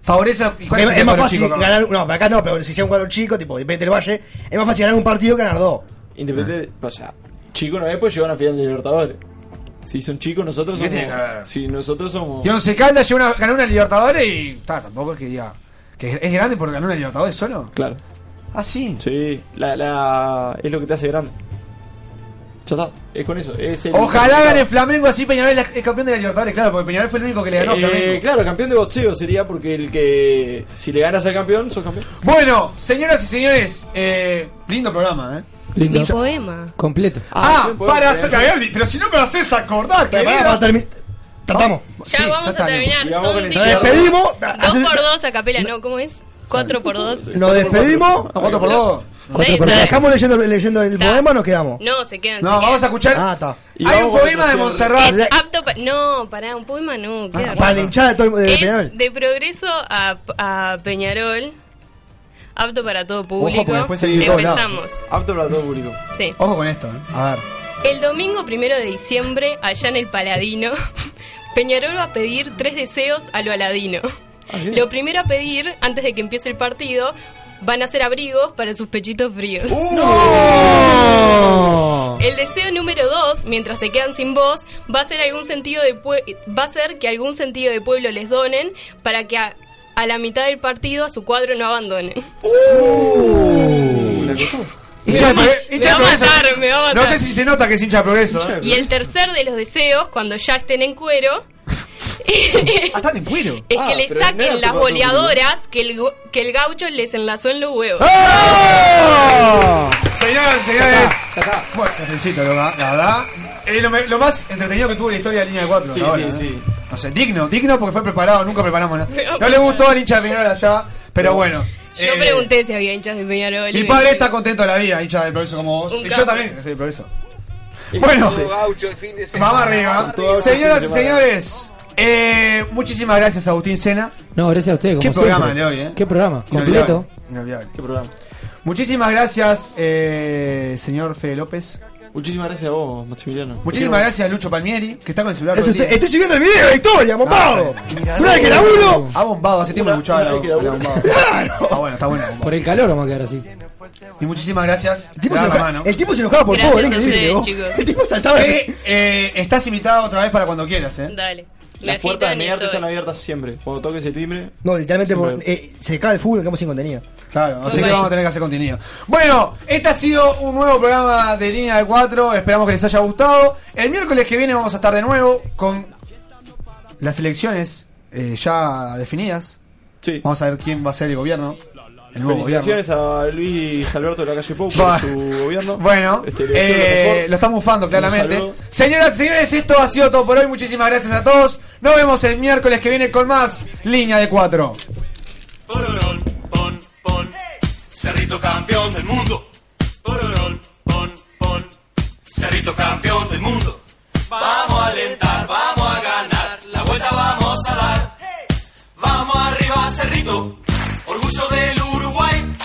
Favorece a- ¿y cuál
Es,
sería
es más
el cuadro
fácil
chico,
ganar. No, pero acá no, pero si sea un cuadro chico, tipo Independiente del Valle, es más fácil ganar un partido que ganar dos.
Independiente, o sea, chico no es, pues llevan a final de Libertadores. Si son chicos, nosotros
¿Qué
somos.
tiene que ver?
Si nosotros somos.
Y Once Caldas llegó una- ganó una Libertadores y. ta, tampoco es que diga. ¿Que es grande porque ganó una Libertadores solo?
Claro.
Ah, sí.
Sí, la, la, es lo que te hace grande. Ya está, es con eso. Es el-
Ojalá gane Flamengo así Peñarol es la- es campeón de la Libertadores, claro, porque Peñarol fue el único que le ganó a
Eh,
Flamengo.
claro, campeón de boxeo sería porque el que. Si le ganas al campeón, sos campeón.
Bueno, señoras y señores, eh, lindo programa, ¿eh?
Mi poema.
Completo.
Ah,
bien,
para
podemos
hacer
terminar.
cagar, pero si no me lo haces acordar, que
Pero eh. pará, para terminar. Tratamos.
Ya vamos a terminar.
Y vamos
Son
con el
tipo
Nos despedimos.
Dos por dos a capela, ¿no? ¿Cómo es? Cuatro por dos.
Nos despedimos. ¿A cuatro por dos?
Cuatro por dos.
¿Dejamos leyendo, leyendo el poema o nos quedamos?
No, se quedan.
No,
se
vamos
quedan.
a escuchar.
Ah, está.
Hay un poema de Ah. Montserrat.
Es apto pa- No, pará, un poema no. qué
Ah,
garrón.
Para la hinchada de todo el de
Es
Peñarol.
de progreso a, a Peñarol. Apto para todo
Ojo, porque
público.
después se divide todos lados.
Empezamos.
Apto para todo público.
Sí.
Ojo con esto, ¿eh? A ver.
El domingo primero de diciembre, allá en el Paladino, [laughs] Peñarol va a pedir tres deseos a lo Aladino. Lo primero a pedir, antes de que empiece el partido, van a ser abrigos para sus pechitos fríos. El deseo número dos, mientras se quedan sin voz, va a ser algún sentido de pue- va a ser que algún sentido de pueblo les donen para que a, a la mitad del partido a su cuadro no abandonen.
Hincha de
Me va-
Progre-
me
hincha
va a
de Progreso.
matar, me va a
No
matar.
sé si se nota que es hincha de progreso. ¿eh?
Y el tercer de los deseos, cuando ya estén en cuero,
[laughs] Ah, están en cuero.
es que
Ah,
le
pero no era
saquen las
tomado todo el mundo.
boleadoras que el, gu- que el gaucho les enlazó en los huevos.
¡Ah! Señoras y señores, bueno, te felicito, lo- la verdad. Eh, lo, me- lo más entretenido que tuvo la historia de Línea 4.
Sí,
la
sí,
verdad,
sí.
¿eh? No sé, digno, digno porque fue preparado, nunca preparamos nada.
Me va a
No le
pasar.
gustó al hincha de Peñarol allá, pero bueno.
Yo
eh,
pregunté si había hinchas de Peñarol.
Mi padre está contento de la vida, hincha del progreso como vos.
Un
Y yo
capo.
también, que soy del progreso. Bueno, vamos arriba.
Todo
Señoras
el
y
fin de semana.
señores, eh, muchísimas gracias, Agustín Sena.
No, gracias a ustedes. Como
Qué programa
siempre.
de hoy, ¿eh?
Qué programa.
Inolvidable,
Completo.
inolvidable.
¿Qué programa?
Muchísimas gracias, eh, señor Fede López.
Muchísimas gracias a vos, Maximiliano.
Muchísimas gracias a Lucho Palmieri, que está con el celular.
Es
todo el
usted-
día.
estoy subiendo el video de la historia, bombado. Una vez que la uno.
Ha bombado, hace tiempo no escuchaba la, la bombado.
[laughs]
Está bueno, está bueno.
Por el calor vamos a quedar así.
Y muchísimas gracias.
tipo se
Te da la
enoja-
mano.
el tipo se enojaba por
Gracias
todo,
a
¿no?
ustedes,
¿no?
chicos.
El tipo saltaba.
Que, eh, estás invitado otra vez para cuando quieras, eh.
Dale. Me
Las puertas de
agitan y
Mediarte
estoy.
están abiertas siempre. Cuando toques el timbre.
No, literalmente
Siempre.
por- eh, se acaba el fútbol, quedamos sin contenido.
Claro, así
Ok.
que vamos a tener que hacer contenido. Bueno, este ha sido un nuevo programa de Línea de 4. Esperamos que les haya gustado. El miércoles que viene vamos a estar de nuevo con las elecciones eh, ya definidas.
Sí.
Vamos a ver quién va a ser el gobierno. El nuevo gobierno.
Felicitaciones a Luis Alberto de la calle Pau
Va.
por su gobierno.
Bueno,
Este, le deseo
eh,
lo
lo,
mejor.
estamos bufando claramente.
saludo.
Señoras y señores, esto ha sido todo por hoy. Muchísimas gracias a todos. Nos vemos el miércoles que viene con más Línea de 4.
Pororón, pon, pon. Cerrito campeón del mundo. Pororón, pon, pon. Cerrito campeón del mundo. Vamos a alentar, vamos a ganar. La vuelta vamos a dar. Vamos arriba, Cerrito. Orgullo del Uruguay.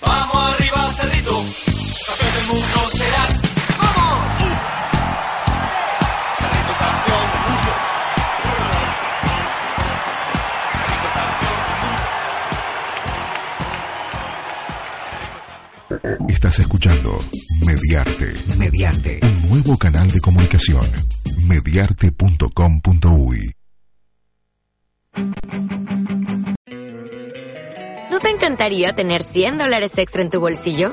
Vamos arriba, Cerrito. Campeón del mundo serás. ¡Vamos! Cerrito campeón.
escuchando Mediarte.
Mediarte.
Un nuevo canal de comunicación. Mediarte.com.uy.
¿No te encantaría tener 100 dólares extra en tu bolsillo?